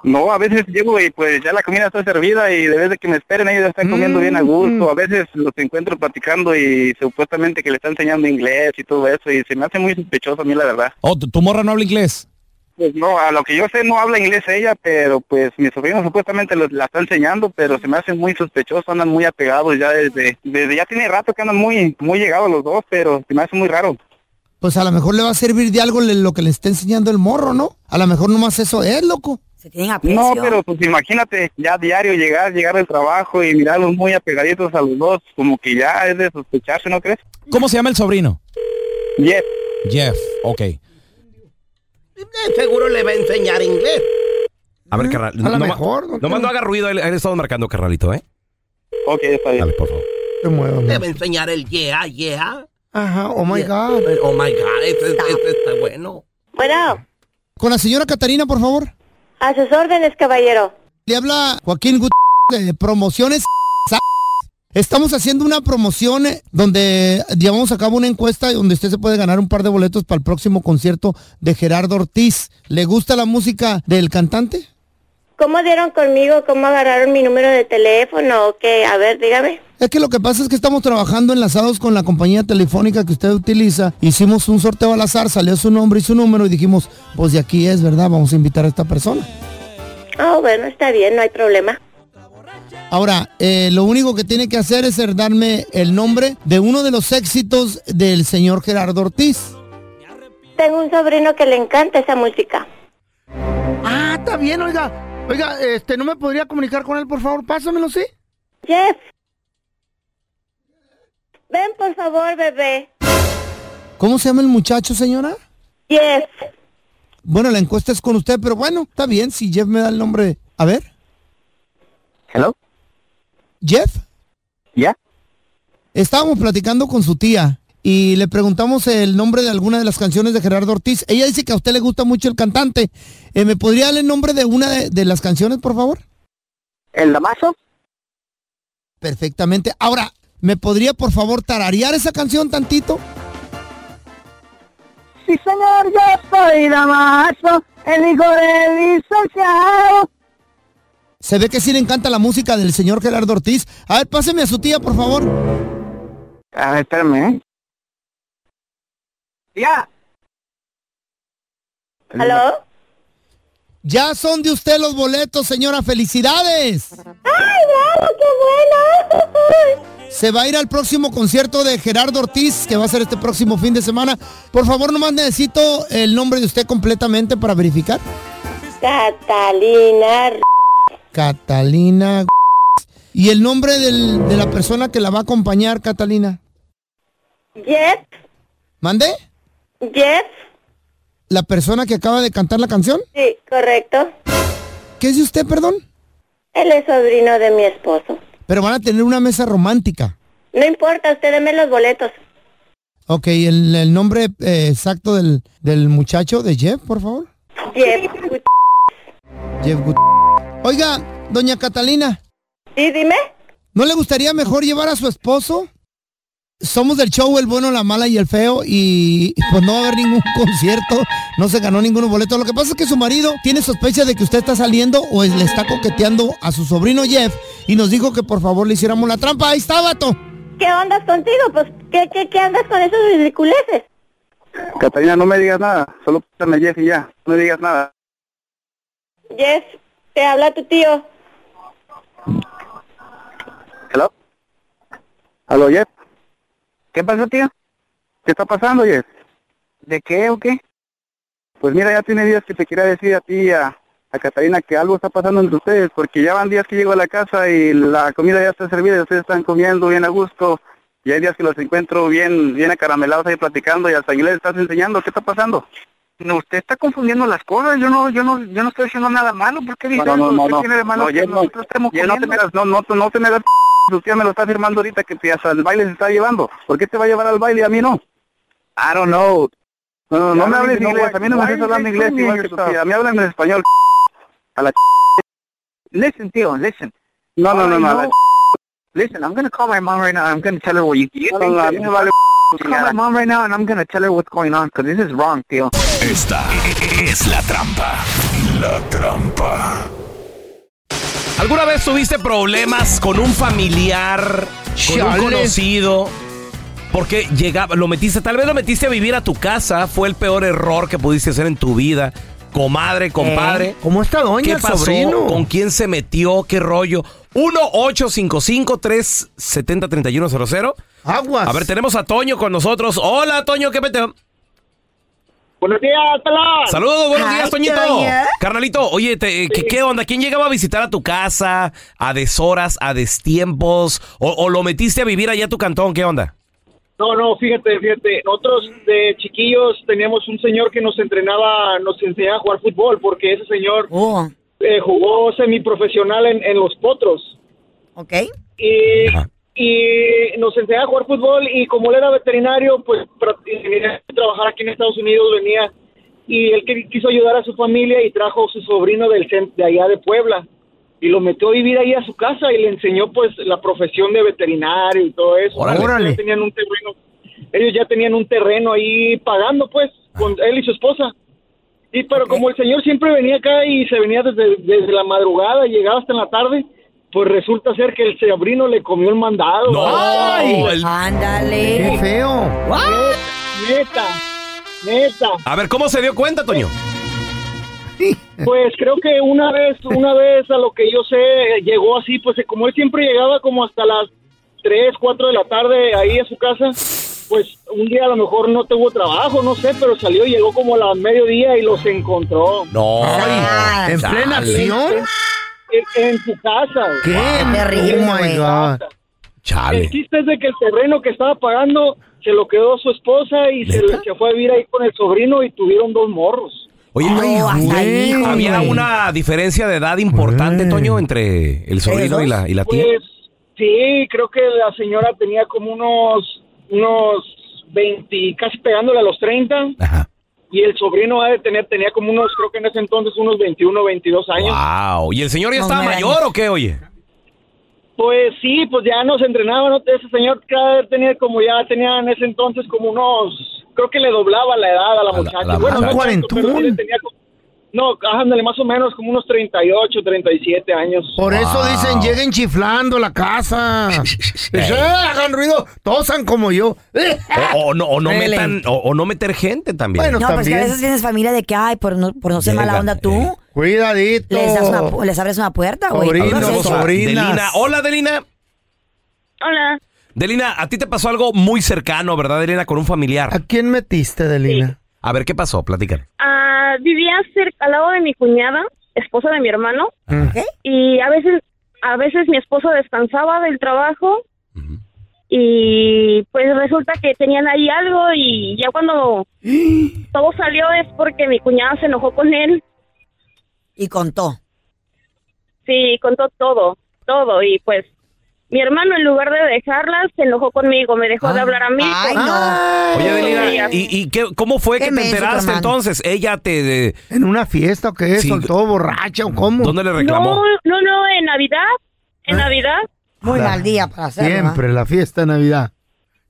[SPEAKER 17] No, a veces llego y pues ya la comida está servida y de vez de que me esperen ellos ya están comiendo bien a
[SPEAKER 18] Mm.
[SPEAKER 17] gusto. A veces los encuentro platicando y supuestamente que le están enseñando inglés y todo eso y se me hace muy sospechoso a mí la verdad.
[SPEAKER 18] Oh, tu, tu morra no habla inglés.
[SPEAKER 17] Pues no, a lo que yo sé no habla inglés ella, pero pues mi sobrino supuestamente lo- la está enseñando, pero se me hace muy sospechoso, andan muy apegados ya desde, desde ya tiene rato que andan muy, muy llegados los dos, pero se me hace muy raro.
[SPEAKER 3] Pues a lo mejor le va a servir de algo le- lo que le está enseñando el morro, ¿no? A lo mejor nomás eso es, loco.
[SPEAKER 17] No, pero pues imagínate, ya diario llegar, llegar del trabajo y mirarlos muy apegaditos a los dos, como que ya es de sospecharse, ¿no crees?
[SPEAKER 18] ¿Cómo se llama el sobrino?
[SPEAKER 17] Jeff.
[SPEAKER 18] Jeff, ok.
[SPEAKER 23] Seguro le va a enseñar inglés.
[SPEAKER 2] A ver, carnal.
[SPEAKER 23] a lo
[SPEAKER 2] no ma-
[SPEAKER 23] mejor,
[SPEAKER 2] Nomás
[SPEAKER 23] doctor.
[SPEAKER 2] no, haga ruido, ahí ahí le estamos marcando, carnalito, ¿eh?
[SPEAKER 17] Ok, está bien.
[SPEAKER 2] Dale, por favor.
[SPEAKER 23] Le va a enseñar el yeah, yeah.
[SPEAKER 3] Ajá, oh my God.
[SPEAKER 23] Oh my God, este, este está bueno.
[SPEAKER 24] Bueno,
[SPEAKER 3] Con la señora Catarina, por favor.
[SPEAKER 24] a sus órdenes, caballero.
[SPEAKER 3] Le habla Joaquín Gut de Promociones. Estamos haciendo una promoción eh, donde llevamos a cabo una encuesta donde usted se puede ganar un par de boletos para el próximo concierto de Gerardo Ortiz. ¿Le gusta la música del cantante?
[SPEAKER 24] ¿Cómo dieron conmigo? ¿Cómo agarraron mi número de teléfono? ¿O qué? Eh, A ver, dígame.
[SPEAKER 3] Es que lo que pasa es que estamos trabajando enlazados con la compañía telefónica que usted utiliza. Hicimos un sorteo al azar, salió su nombre y su número y dijimos, pues de aquí es, ¿verdad? Vamos a invitar a esta persona.
[SPEAKER 24] Ah, bueno, está bien, no hay problema.
[SPEAKER 3] Ahora, eh, lo único que tiene que hacer es eh, darme el nombre de uno de los éxitos del señor Gerardo Ortiz.
[SPEAKER 24] Tengo un sobrino que le encanta esa música.
[SPEAKER 3] Ah, está bien, oiga. Oiga, este, ¿no me podría comunicar con él, por favor? Pásamelo, ¿sí?
[SPEAKER 24] Jeff. Ven, por favor, bebé.
[SPEAKER 3] ¿Cómo se llama el muchacho, señora?
[SPEAKER 24] Jeff.
[SPEAKER 3] Bueno, la encuesta es con usted, pero bueno, está bien, si Jeff me da el nombre. A ver.
[SPEAKER 17] ¿Hello?
[SPEAKER 3] ¿Jeff?
[SPEAKER 17] ¿Ya?
[SPEAKER 3] Estábamos platicando con su tía y le preguntamos el nombre de alguna de las canciones de Gerardo Ortiz. Ella dice que a usted le gusta mucho el cantante. Eh, ¿Me podría dar el nombre de una de, de las canciones, por favor?
[SPEAKER 17] ¿El Damaso?
[SPEAKER 3] Perfectamente. Ahora, ¿me podría, por favor, tararear esa canción tantito?
[SPEAKER 25] Sí, señor, yo soy Damaso, el hijo del licenciado.
[SPEAKER 3] Se ve que sí le encanta la música del señor Gerardo Ortiz. A ver, páseme a su tía, por favor.
[SPEAKER 17] A ver, espérame, ¿eh? ¡Ya!
[SPEAKER 3] ¿Aló? Ya son de usted los boletos, señora. ¡Felicidades! ¡Ay, bravo! ¡Qué bueno! Se va a ir al próximo concierto de Gerardo Ortiz, que va a ser este próximo fin de semana. Por favor, nomás necesito el nombre de usted completamente para verificar.
[SPEAKER 24] Catalina. R-
[SPEAKER 3] Catalina. ¿Y el nombre del- de la persona que la va a acompañar, Catalina?
[SPEAKER 24] Jeff.
[SPEAKER 3] ¿Mande?
[SPEAKER 24] Jeff.
[SPEAKER 3] ¿La persona que acaba de cantar la canción?
[SPEAKER 24] Sí, correcto.
[SPEAKER 3] ¿Qué es de usted, perdón?
[SPEAKER 24] Él es sobrino de mi esposo.
[SPEAKER 3] Pero van a tener una mesa romántica.
[SPEAKER 24] No importa, usted deme los boletos.
[SPEAKER 3] Ok, el, el nombre eh, exacto del, del muchacho, de Jeff, por favor.
[SPEAKER 24] Jeff.
[SPEAKER 3] Jeff Gut- Oiga, doña Catalina.
[SPEAKER 24] Sí, dime.
[SPEAKER 3] ¿No le gustaría mejor llevar a su esposo? Somos del show El Bueno, la Mala y el Feo y y pues no va a haber ningún concierto, no se ganó ninguno boleto. Lo que pasa es que su marido tiene sospecha de que usted está saliendo o es- le está coqueteando a su sobrino Jeff y nos dijo que por favor le hiciéramos la trampa. Ahí está, vato.
[SPEAKER 24] ¿Qué andas contigo? Pues, ¿qué, qué, qué andas con esos ridiculeces?
[SPEAKER 17] Catalina, no me digas nada, solo pásame Jeff y ya, no me digas nada.
[SPEAKER 24] Jeff, te habla tu tío.
[SPEAKER 17] ¿Hello? ¿Aló, Jeff? ¿Qué pasó, tía? ¿Qué está pasando, Jeff? ¿De qué o qué? Pues mira, ya tiene días que te quería decir a ti y a, a Catalina que algo está pasando entre ustedes, porque ya van días que llego a la casa y la comida ya está servida y ustedes están comiendo bien a gusto, y hay días que los encuentro bien, bien acaramelados ahí platicando y hasta inglés les estás enseñando, ¿qué está pasando? No, usted está confundiendo las cosas. Yo no, yo no, yo no estoy diciendo nada malo. ¿Por qué dice No, no, algo no, que no. tiene de malo No, que ya no, nosotros estemos ya no te comiendo? metas, no, no, no te me das. p- Usted me lo está firmando ahorita que te- hasta el baile se está llevando. ¿Por qué te va a llevar al baile y a mí no? I don't know. No, no, no me hables inglés. A mí no me haces hablar inglés igual que tu tía. A mí hablan en español. A la. Listen, Theo, listen. No, no, All no, I no. know- la- Listen, I'm gonna call my mom right now. I'm gonna tell her what you. No, no, no, a mí me vale Call my mom right now and I'm gonna tell her what's going on because this is wrong, Theo.
[SPEAKER 21] Esta es la trampa. La trampa.
[SPEAKER 2] ¿Alguna vez tuviste problemas con un familiar, con un
[SPEAKER 21] Chale.
[SPEAKER 2] conocido? Porque llegaba, lo metiste, tal vez lo metiste a vivir a tu casa, fue el peor error que pudiste hacer en tu vida. Comadre, compadre.
[SPEAKER 3] ¿Eh? ¿Cómo está doña,
[SPEAKER 2] ¿Qué pasó?
[SPEAKER 3] sobrino?
[SPEAKER 2] ¿Con quién se metió? ¿Qué rollo? 1-855-370-3100.
[SPEAKER 3] Aguas.
[SPEAKER 2] A ver, tenemos a Toño con nosotros. Hola, Toño, ¿qué mete?
[SPEAKER 9] Buenos días, Tela.
[SPEAKER 2] Saludos, buenos
[SPEAKER 9] Ay,
[SPEAKER 2] días, Toñito.
[SPEAKER 9] Toño.
[SPEAKER 2] Carnalito, oye, te- eh, ¿qué, qué onda? ¿Quién llegaba a visitar a tu casa a deshoras, a destiempos? O, o lo metiste a vivir allá a tu cantón? ¿Qué onda?
[SPEAKER 9] No, no, fíjate, fíjate. Nosotros de chiquillos teníamos un señor que nos entrenaba, nos enseñaba a jugar fútbol, porque ese señor
[SPEAKER 4] Oh.
[SPEAKER 9] eh, jugó semiprofesional en, en los potros.
[SPEAKER 4] Ok.
[SPEAKER 9] Y, y nos enseñaba a jugar fútbol y como él era veterinario, pues pra- venía a trabajar aquí en Estados Unidos, venía y él que- quiso ayudar a su familia y trajo a su sobrino del cen- de allá de Puebla y lo metió a vivir ahí a su casa y le enseñó pues la profesión de veterinario y todo eso.
[SPEAKER 3] Órale.
[SPEAKER 9] Ellos ya
[SPEAKER 3] Órale.
[SPEAKER 9] tenían un terreno, ellos ya tenían un terreno ahí pagando pues con él y su esposa. Y pero como el señor siempre venía acá y se venía desde, desde la madrugada, llegaba hasta en la tarde, pues resulta ser que el sobrino le comió el mandado.
[SPEAKER 2] ¡Ay! El-
[SPEAKER 4] Ándale.
[SPEAKER 3] ¡Qué feo!
[SPEAKER 9] Neta, neta.
[SPEAKER 2] A ver, ¿cómo se dio cuenta, Toño?
[SPEAKER 9] Pues creo que una vez, una vez a lo que yo sé, llegó así, pues como él siempre llegaba como hasta las 3, 4 de la tarde ahí a su casa, pues un día a lo mejor no tuvo trabajo, no sé, pero salió y llegó como a las mediodía y los encontró.
[SPEAKER 2] No.
[SPEAKER 3] ¿En plena acción?
[SPEAKER 9] En, en su casa.
[SPEAKER 3] ¿Qué? Oh my God.
[SPEAKER 9] El chiste es de que el terreno que estaba pagando se lo quedó su esposa y se, se fue a vivir ahí con el sobrino y tuvieron dos morros.
[SPEAKER 2] Oye,
[SPEAKER 9] ahí, güey.
[SPEAKER 2] había una diferencia de edad importante, Toño, entre el sobrino y la, y la tía.
[SPEAKER 9] Pues sí, creo que la señora tenía como unos unos 20, casi pegándole a los 30. Y el sobrino ha de tener tenía como unos creo que en ese entonces unos 21, 22 años.
[SPEAKER 2] Wow. ¿Y el señor ya
[SPEAKER 9] No,
[SPEAKER 2] estaba
[SPEAKER 9] mira,
[SPEAKER 2] mayor o qué, oye?
[SPEAKER 9] Pues sí, pues ya nos entrenaban, ¿no? ese señor cada vez tenía como ya tenía en ese entonces como unos, creo que le doblaba la edad a la muchacha.
[SPEAKER 2] la
[SPEAKER 9] bueno, no,
[SPEAKER 2] muchacha.
[SPEAKER 9] tanto, pero sí le tenía como- no, ándale, más o menos como unos 38, 37 años.
[SPEAKER 3] Por eso dicen, lleguen chiflando a la casa. Eh, hagan ruido, tosan como yo.
[SPEAKER 2] O, o no, o no
[SPEAKER 4] Órale.
[SPEAKER 2] metan, o, o no meter gente también.
[SPEAKER 4] Ah. no, pero es que a veces tienes familia de que, ay, por no, por no ser mala
[SPEAKER 2] Llega,
[SPEAKER 4] onda tú,
[SPEAKER 3] Cuidadito.
[SPEAKER 4] les, das una pu- les abres una puerta, güey.
[SPEAKER 2] Ahora
[SPEAKER 4] Entonces,
[SPEAKER 2] tenemos a Delina. Hola, Delina.
[SPEAKER 26] Hola.
[SPEAKER 2] Delina, a ti te pasó algo muy cercano, ¿verdad, Delina? Con un familiar. ¿A
[SPEAKER 3] quién metiste, Delina?
[SPEAKER 2] A ver, ¿qué pasó? Platícanos.
[SPEAKER 26] Ah, vivía cerca, al lado de mi cuñada, esposa de mi hermano, y a veces, a veces mi esposo descansaba del trabajo y pues resulta que tenían ahí algo y ya cuando todo salió es porque mi cuñada se enojó con él.
[SPEAKER 4] Y contó.
[SPEAKER 26] Sí, contó todo, todo y pues mi hermano en lugar de dejarla se enojó conmigo, me dejó
[SPEAKER 4] Ah.
[SPEAKER 26] de hablar a mí. pues,
[SPEAKER 2] Oye,
[SPEAKER 26] y
[SPEAKER 2] Delina,
[SPEAKER 26] así.
[SPEAKER 2] ¿y, y qué, cómo fue
[SPEAKER 26] Qué
[SPEAKER 2] que te
[SPEAKER 26] menso tu
[SPEAKER 2] enteraste
[SPEAKER 26] hermano.
[SPEAKER 2] entonces? ¿Ella te... de-
[SPEAKER 3] ¿En una fiesta o qué?
[SPEAKER 2] Sí.
[SPEAKER 3] ¿Soltó borracha o cómo?
[SPEAKER 2] ¿Dónde le reclamó?
[SPEAKER 26] No, no, no, en Navidad, en
[SPEAKER 2] ¿Eh?
[SPEAKER 26] Navidad.
[SPEAKER 3] Muy mal
[SPEAKER 4] día para
[SPEAKER 3] Siempre la fiesta de Navidad.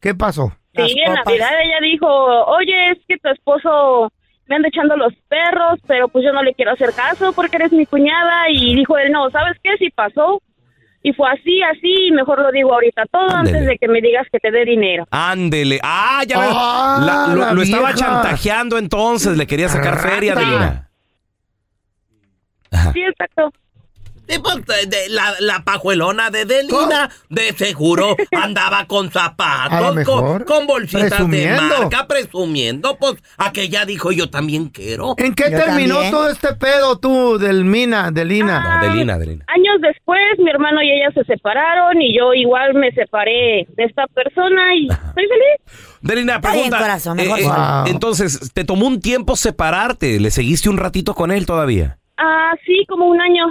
[SPEAKER 3] ¿Qué pasó?
[SPEAKER 26] Sí, en Navidad ella dijo, oye, es que tu esposo me anda echando los perros, pero pues yo no le quiero hacer caso porque eres mi cuñada. Y dijo él, no, ¿sabes qué? Sí pasó. Y fue así, así, mejor lo digo ahorita todo antes de que me digas que te dé dinero.
[SPEAKER 2] Ándele. Ah, ya veo.
[SPEAKER 26] Ah,
[SPEAKER 2] La- lo,
[SPEAKER 26] la
[SPEAKER 2] lo estaba
[SPEAKER 26] vieja.
[SPEAKER 2] chantajeando entonces. Le quería sacar feria, Delina.
[SPEAKER 26] Sí, exacto.
[SPEAKER 23] Sí, pues, de- de la, la pajuelona de Delina, de seguro andaba con
[SPEAKER 3] A lo
[SPEAKER 23] zapatos,
[SPEAKER 3] mejor,
[SPEAKER 23] con, con bolsitas
[SPEAKER 3] presumiendo.
[SPEAKER 23] de marca, presumiendo. Pues aquella dijo, yo también quiero.
[SPEAKER 3] ¿En qué terminó todo este pedo tú del Mina, de
[SPEAKER 26] Ah.
[SPEAKER 3] Lina?
[SPEAKER 2] de Lina, de Lina.
[SPEAKER 26] Años después, mi hermano y ella se separaron y yo igual me separé de esta persona y estoy feliz.
[SPEAKER 2] Delina,
[SPEAKER 26] Está
[SPEAKER 2] pregunta.
[SPEAKER 26] bien, corazón, mejor
[SPEAKER 2] eh, eh,
[SPEAKER 26] solo.
[SPEAKER 2] Entonces, ¿te tomó un tiempo separarte? ¿Le seguiste un ratito con él todavía?
[SPEAKER 26] Ah, sí, como un año.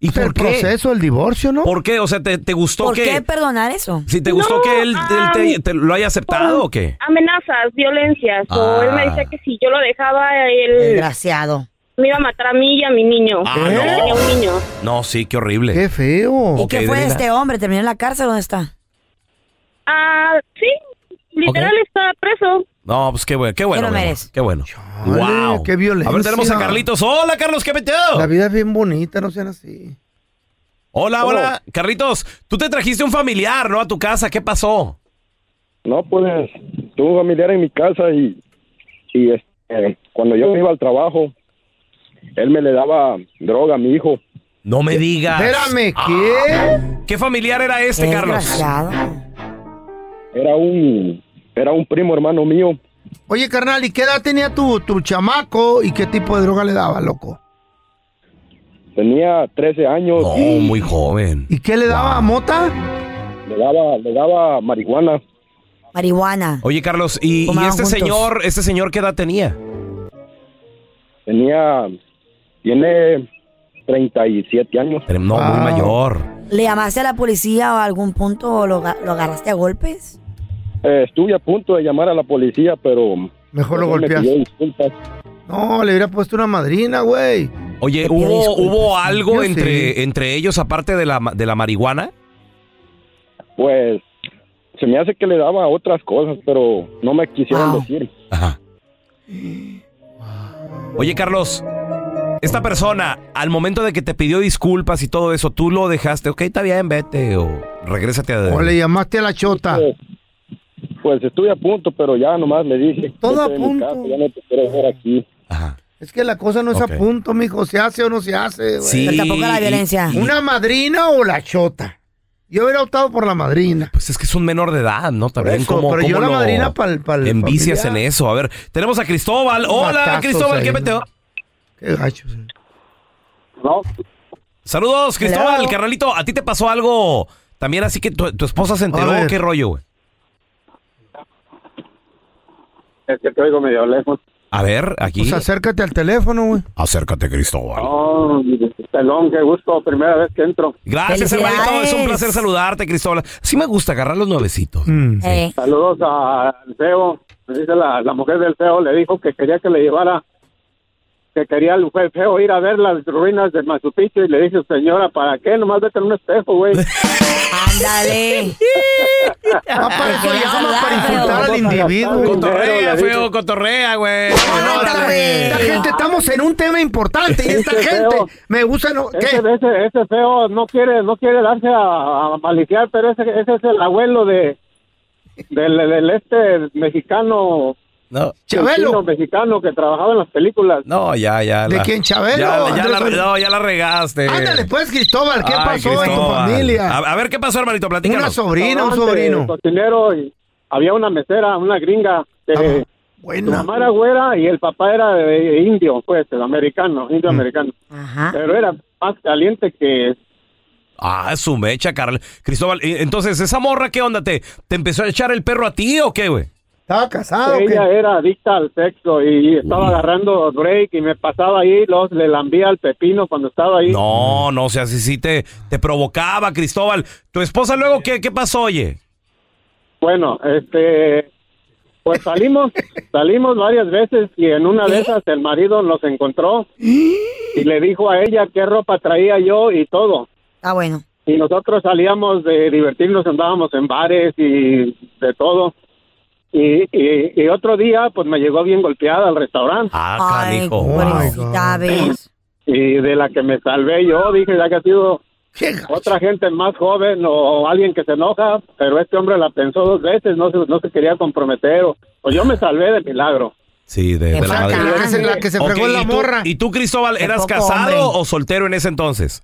[SPEAKER 2] ¿Y por qué?
[SPEAKER 3] proceso, el divorcio, ¿no?
[SPEAKER 2] ¿Por qué? O sea, ¿te, te gustó
[SPEAKER 4] ¿Por
[SPEAKER 2] que...?
[SPEAKER 4] qué perdonar eso?
[SPEAKER 2] Si te gustó
[SPEAKER 26] No,
[SPEAKER 2] que él, él te,
[SPEAKER 26] am,
[SPEAKER 2] te lo haya aceptado o qué?
[SPEAKER 26] Amenazas, violencias. O él me
[SPEAKER 2] Ah.
[SPEAKER 26] decía que si yo lo dejaba, él
[SPEAKER 4] Desgraciado.
[SPEAKER 26] me iba a matar a mí y a mi niño.
[SPEAKER 2] Ah,
[SPEAKER 26] Yo
[SPEAKER 2] no.
[SPEAKER 26] tenía un niño.
[SPEAKER 2] No, sí, qué horrible.
[SPEAKER 3] Qué feo.
[SPEAKER 4] ¿Y qué fue de este hombre? ¿Terminó en la cárcel? ¿Dónde está?
[SPEAKER 26] Ah, sí, literal está preso.
[SPEAKER 2] No, pues qué bueno, qué bueno.
[SPEAKER 26] Te lo
[SPEAKER 2] mi amor,
[SPEAKER 26] mereces.
[SPEAKER 2] Qué bueno.
[SPEAKER 3] Órale,
[SPEAKER 2] wow.
[SPEAKER 3] qué violencia.
[SPEAKER 2] A ver, tenemos a Carlitos. Hola, Carlos, ¿qué metido?
[SPEAKER 3] La vida es bien bonita, no sean así. Oh.
[SPEAKER 2] Hola, hola. Carlitos, tú te trajiste un familiar, ¿no? A tu casa, ¿qué pasó?
[SPEAKER 1] No, pues tuve un familiar en mi casa y, y este, cuando yo me iba al trabajo, él me le daba droga a mi hijo.
[SPEAKER 2] No me digas.
[SPEAKER 1] Espérame,
[SPEAKER 2] ¿qué? ¿Qué familiar era este, Carlos?
[SPEAKER 1] Era un, era un primo hermano mío.
[SPEAKER 3] Oye, carnal, ¿y qué edad tenía tu, tu chamaco y qué tipo de droga le daba, loco?
[SPEAKER 1] Tenía 13 años.
[SPEAKER 2] No, muy joven.
[SPEAKER 3] ¿Y qué le daba, mota?
[SPEAKER 1] Le daba, le daba marihuana.
[SPEAKER 4] Marihuana.
[SPEAKER 2] Oye, Carlos, ¿y, y
[SPEAKER 4] Fumaban
[SPEAKER 2] este
[SPEAKER 4] juntos.
[SPEAKER 2] señor, este señor qué edad tenía?
[SPEAKER 1] Tenía, tiene 37 años.
[SPEAKER 2] No, muy mayor.
[SPEAKER 4] ¿Le llamaste a la policía a algún punto o lo, ga- lo agarraste a golpes?
[SPEAKER 1] Eh, estuve a punto de llamar a la policía, pero...
[SPEAKER 3] Mejor lo
[SPEAKER 1] él me
[SPEAKER 3] golpeas.
[SPEAKER 1] pidió disculpas.
[SPEAKER 3] No, le hubiera puesto una madrina, güey.
[SPEAKER 2] Oye,
[SPEAKER 3] Te pido
[SPEAKER 2] ¿hubo,
[SPEAKER 3] disculpas,
[SPEAKER 2] ¿hubo
[SPEAKER 3] sí.
[SPEAKER 2] algo
[SPEAKER 3] Yo
[SPEAKER 2] entre, entre ellos aparte de la, ma- de la marihuana?
[SPEAKER 1] Pues se me hace que le daba otras cosas, pero no me quisieron
[SPEAKER 2] Wow.
[SPEAKER 1] decir.
[SPEAKER 2] Ajá. Oye, Carlos, esta persona, al momento de que te pidió disculpas y todo eso, tú lo dejaste, ok, está bien, vete o regrésate a...
[SPEAKER 3] O le llamaste a la chota.
[SPEAKER 1] Pues estuve a punto, pero ya nomás me dije.
[SPEAKER 3] Todo a
[SPEAKER 1] "Vete de mi
[SPEAKER 3] punto.
[SPEAKER 1] casa, ya no te quiero ver aquí.
[SPEAKER 3] Es que la cosa no es a punto, mijo. Se hace o no se hace, güey.
[SPEAKER 1] Sí, Pero tampoco la y- violencia. y-
[SPEAKER 3] ¿Una madrina o la chota? Yo hubiera optado por la madrina.
[SPEAKER 2] Pues es que es un menor de edad, ¿no? También
[SPEAKER 3] eso,
[SPEAKER 2] como...
[SPEAKER 3] pero yo la madrina pa'l- pa'l
[SPEAKER 2] Envicias
[SPEAKER 3] familiar.
[SPEAKER 2] en eso. A ver, tenemos a Cristóbal. Hola,
[SPEAKER 3] Batazos
[SPEAKER 2] Cristóbal,
[SPEAKER 3] ahí,
[SPEAKER 2] ¿qué
[SPEAKER 3] ¿no?
[SPEAKER 2] meteo?
[SPEAKER 3] Qué gacho. pues,
[SPEAKER 2] Saludos, Cristóbal,
[SPEAKER 3] Hello.
[SPEAKER 2] carnalito. ¿A ti te pasó algo también así que tu, tu esposa se
[SPEAKER 1] A
[SPEAKER 2] enteró?
[SPEAKER 1] ver.
[SPEAKER 2] ¿Qué rollo, güey?
[SPEAKER 1] Es que te oigo medio lejos.
[SPEAKER 2] A ver, aquí.
[SPEAKER 3] Pues acércate al teléfono, güey.
[SPEAKER 2] Acércate, Cristóbal.
[SPEAKER 1] No, pelón, qué gusto. Primera vez que entro.
[SPEAKER 2] Gracias, hermanito. Es un placer saludarte, Cristóbal. Sí me gusta agarrar los nuevecitos.
[SPEAKER 3] Mm. Eh.
[SPEAKER 1] Saludos a- al feo. Me dice la, la mujer del feo, le dijo que quería que le llevara, que quería el fe- feo ir a ver las ruinas de Machu Picchu y le dice, señora, ¿para qué? Nomás vete en un espejo, güey.
[SPEAKER 4] Ándale.
[SPEAKER 3] No, para eso llama, para
[SPEAKER 1] feo.
[SPEAKER 3] insultar al individuo.
[SPEAKER 2] Cotorrea, feo, cotorrea, güey.
[SPEAKER 3] Esta gente, estamos en un tema importante y esta
[SPEAKER 1] Ese
[SPEAKER 3] gente
[SPEAKER 1] Eh, feo.
[SPEAKER 3] me gusta... No, ¿Qué?
[SPEAKER 1] Ese, ese, ese feo no quiere, no quiere darse a, a maliciar, pero ese, ese es el abuelo de del, del este mexicano.
[SPEAKER 2] No.
[SPEAKER 3] Chabelo.
[SPEAKER 1] mexicano que trabajaba en las películas.
[SPEAKER 2] No, ya, ya.
[SPEAKER 1] ¿De
[SPEAKER 2] la-
[SPEAKER 1] quién, Chabelo?
[SPEAKER 2] Ya, ya la,
[SPEAKER 1] Andrés-
[SPEAKER 2] no, ya la regaste.
[SPEAKER 3] Ándale, pues, Cristóbal, ¿qué
[SPEAKER 2] Ay,
[SPEAKER 3] pasó en tu
[SPEAKER 2] Cristóbal.
[SPEAKER 3] familia?
[SPEAKER 2] A, a ver, ¿qué pasó, hermanito? Platícanos.
[SPEAKER 1] Restaurante, cocinero, y había una mesera, una gringa. Que
[SPEAKER 3] Ah, Buena.
[SPEAKER 1] Su mamá era güera y el papá era eh, indio, pues, el americano, indio
[SPEAKER 3] Mm.
[SPEAKER 1] americano. Pero era más caliente que
[SPEAKER 2] Ah, su mecha, Carl. Cristóbal, eh, entonces, ¿esa morra qué onda? ¿Te, te empezó a echar el perro a ti o qué, güey?
[SPEAKER 3] Estaba casado.
[SPEAKER 1] Ella era adicta al sexo y estaba agarrando break y me pasaba ahí, los, le lambía al pepino cuando estaba ahí.
[SPEAKER 2] No, no, o sea, si sí te, te provocaba, Cristóbal. ¿Tu esposa luego qué, qué pasó, oye?
[SPEAKER 1] Bueno, este, pues salimos, salimos varias veces y en una de esas el marido nos encontró y le dijo a ella qué ropa traía yo y todo.
[SPEAKER 4] Ah, bueno.
[SPEAKER 1] Y nosotros salíamos de divertirnos, andábamos en bares y de todo. Y, y- y otro día, pues me llegó bien golpeada al restaurante.
[SPEAKER 2] Ah, Ay,
[SPEAKER 4] pobrecita, ves.
[SPEAKER 1] y de la que me salvé yo, dije, ya que ha sido otra gente más joven o alguien que se enoja, pero este hombre la pensó dos veces, no se, no se quería comprometer, o, o yo me salvé de milagro.
[SPEAKER 2] Sí, de, de la madre.
[SPEAKER 3] la que se
[SPEAKER 2] Ok,
[SPEAKER 3] fregó en la
[SPEAKER 2] ¿y tú-
[SPEAKER 3] morra.
[SPEAKER 2] ¿Y tú, Cristóbal,
[SPEAKER 3] Qué
[SPEAKER 2] eras
[SPEAKER 3] poco
[SPEAKER 2] casado
[SPEAKER 3] hombre.
[SPEAKER 2] o soltero en ese entonces?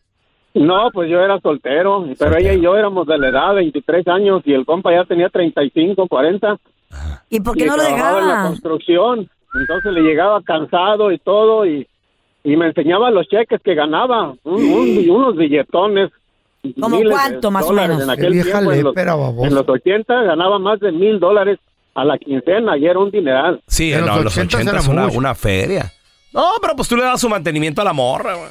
[SPEAKER 1] No, pues yo era soltero, pero ella y yo éramos de la edad, 23 años, y el compa ya tenía 35, 40.
[SPEAKER 4] ¿Y por qué
[SPEAKER 1] y
[SPEAKER 4] no lo
[SPEAKER 1] trabajaba en la
[SPEAKER 4] dejaba?
[SPEAKER 1] construcción, entonces le llegaba cansado y todo, y, y me enseñaba los cheques que ganaba, un- un- unos billetones.
[SPEAKER 4] ¿Cómo
[SPEAKER 1] miles de
[SPEAKER 4] cuánto, más o
[SPEAKER 1] dólares
[SPEAKER 4] menos?
[SPEAKER 1] En
[SPEAKER 4] Qué
[SPEAKER 1] aquel
[SPEAKER 4] vieja
[SPEAKER 1] tiempo, en los,
[SPEAKER 4] lepera, baboso.
[SPEAKER 1] en los 80 ganaba más de mil dólares a la quincena y era un dineral.
[SPEAKER 27] Sí, no, los 80 es una, una feria. No, pero pues tú le das su mantenimiento a la morra, güey.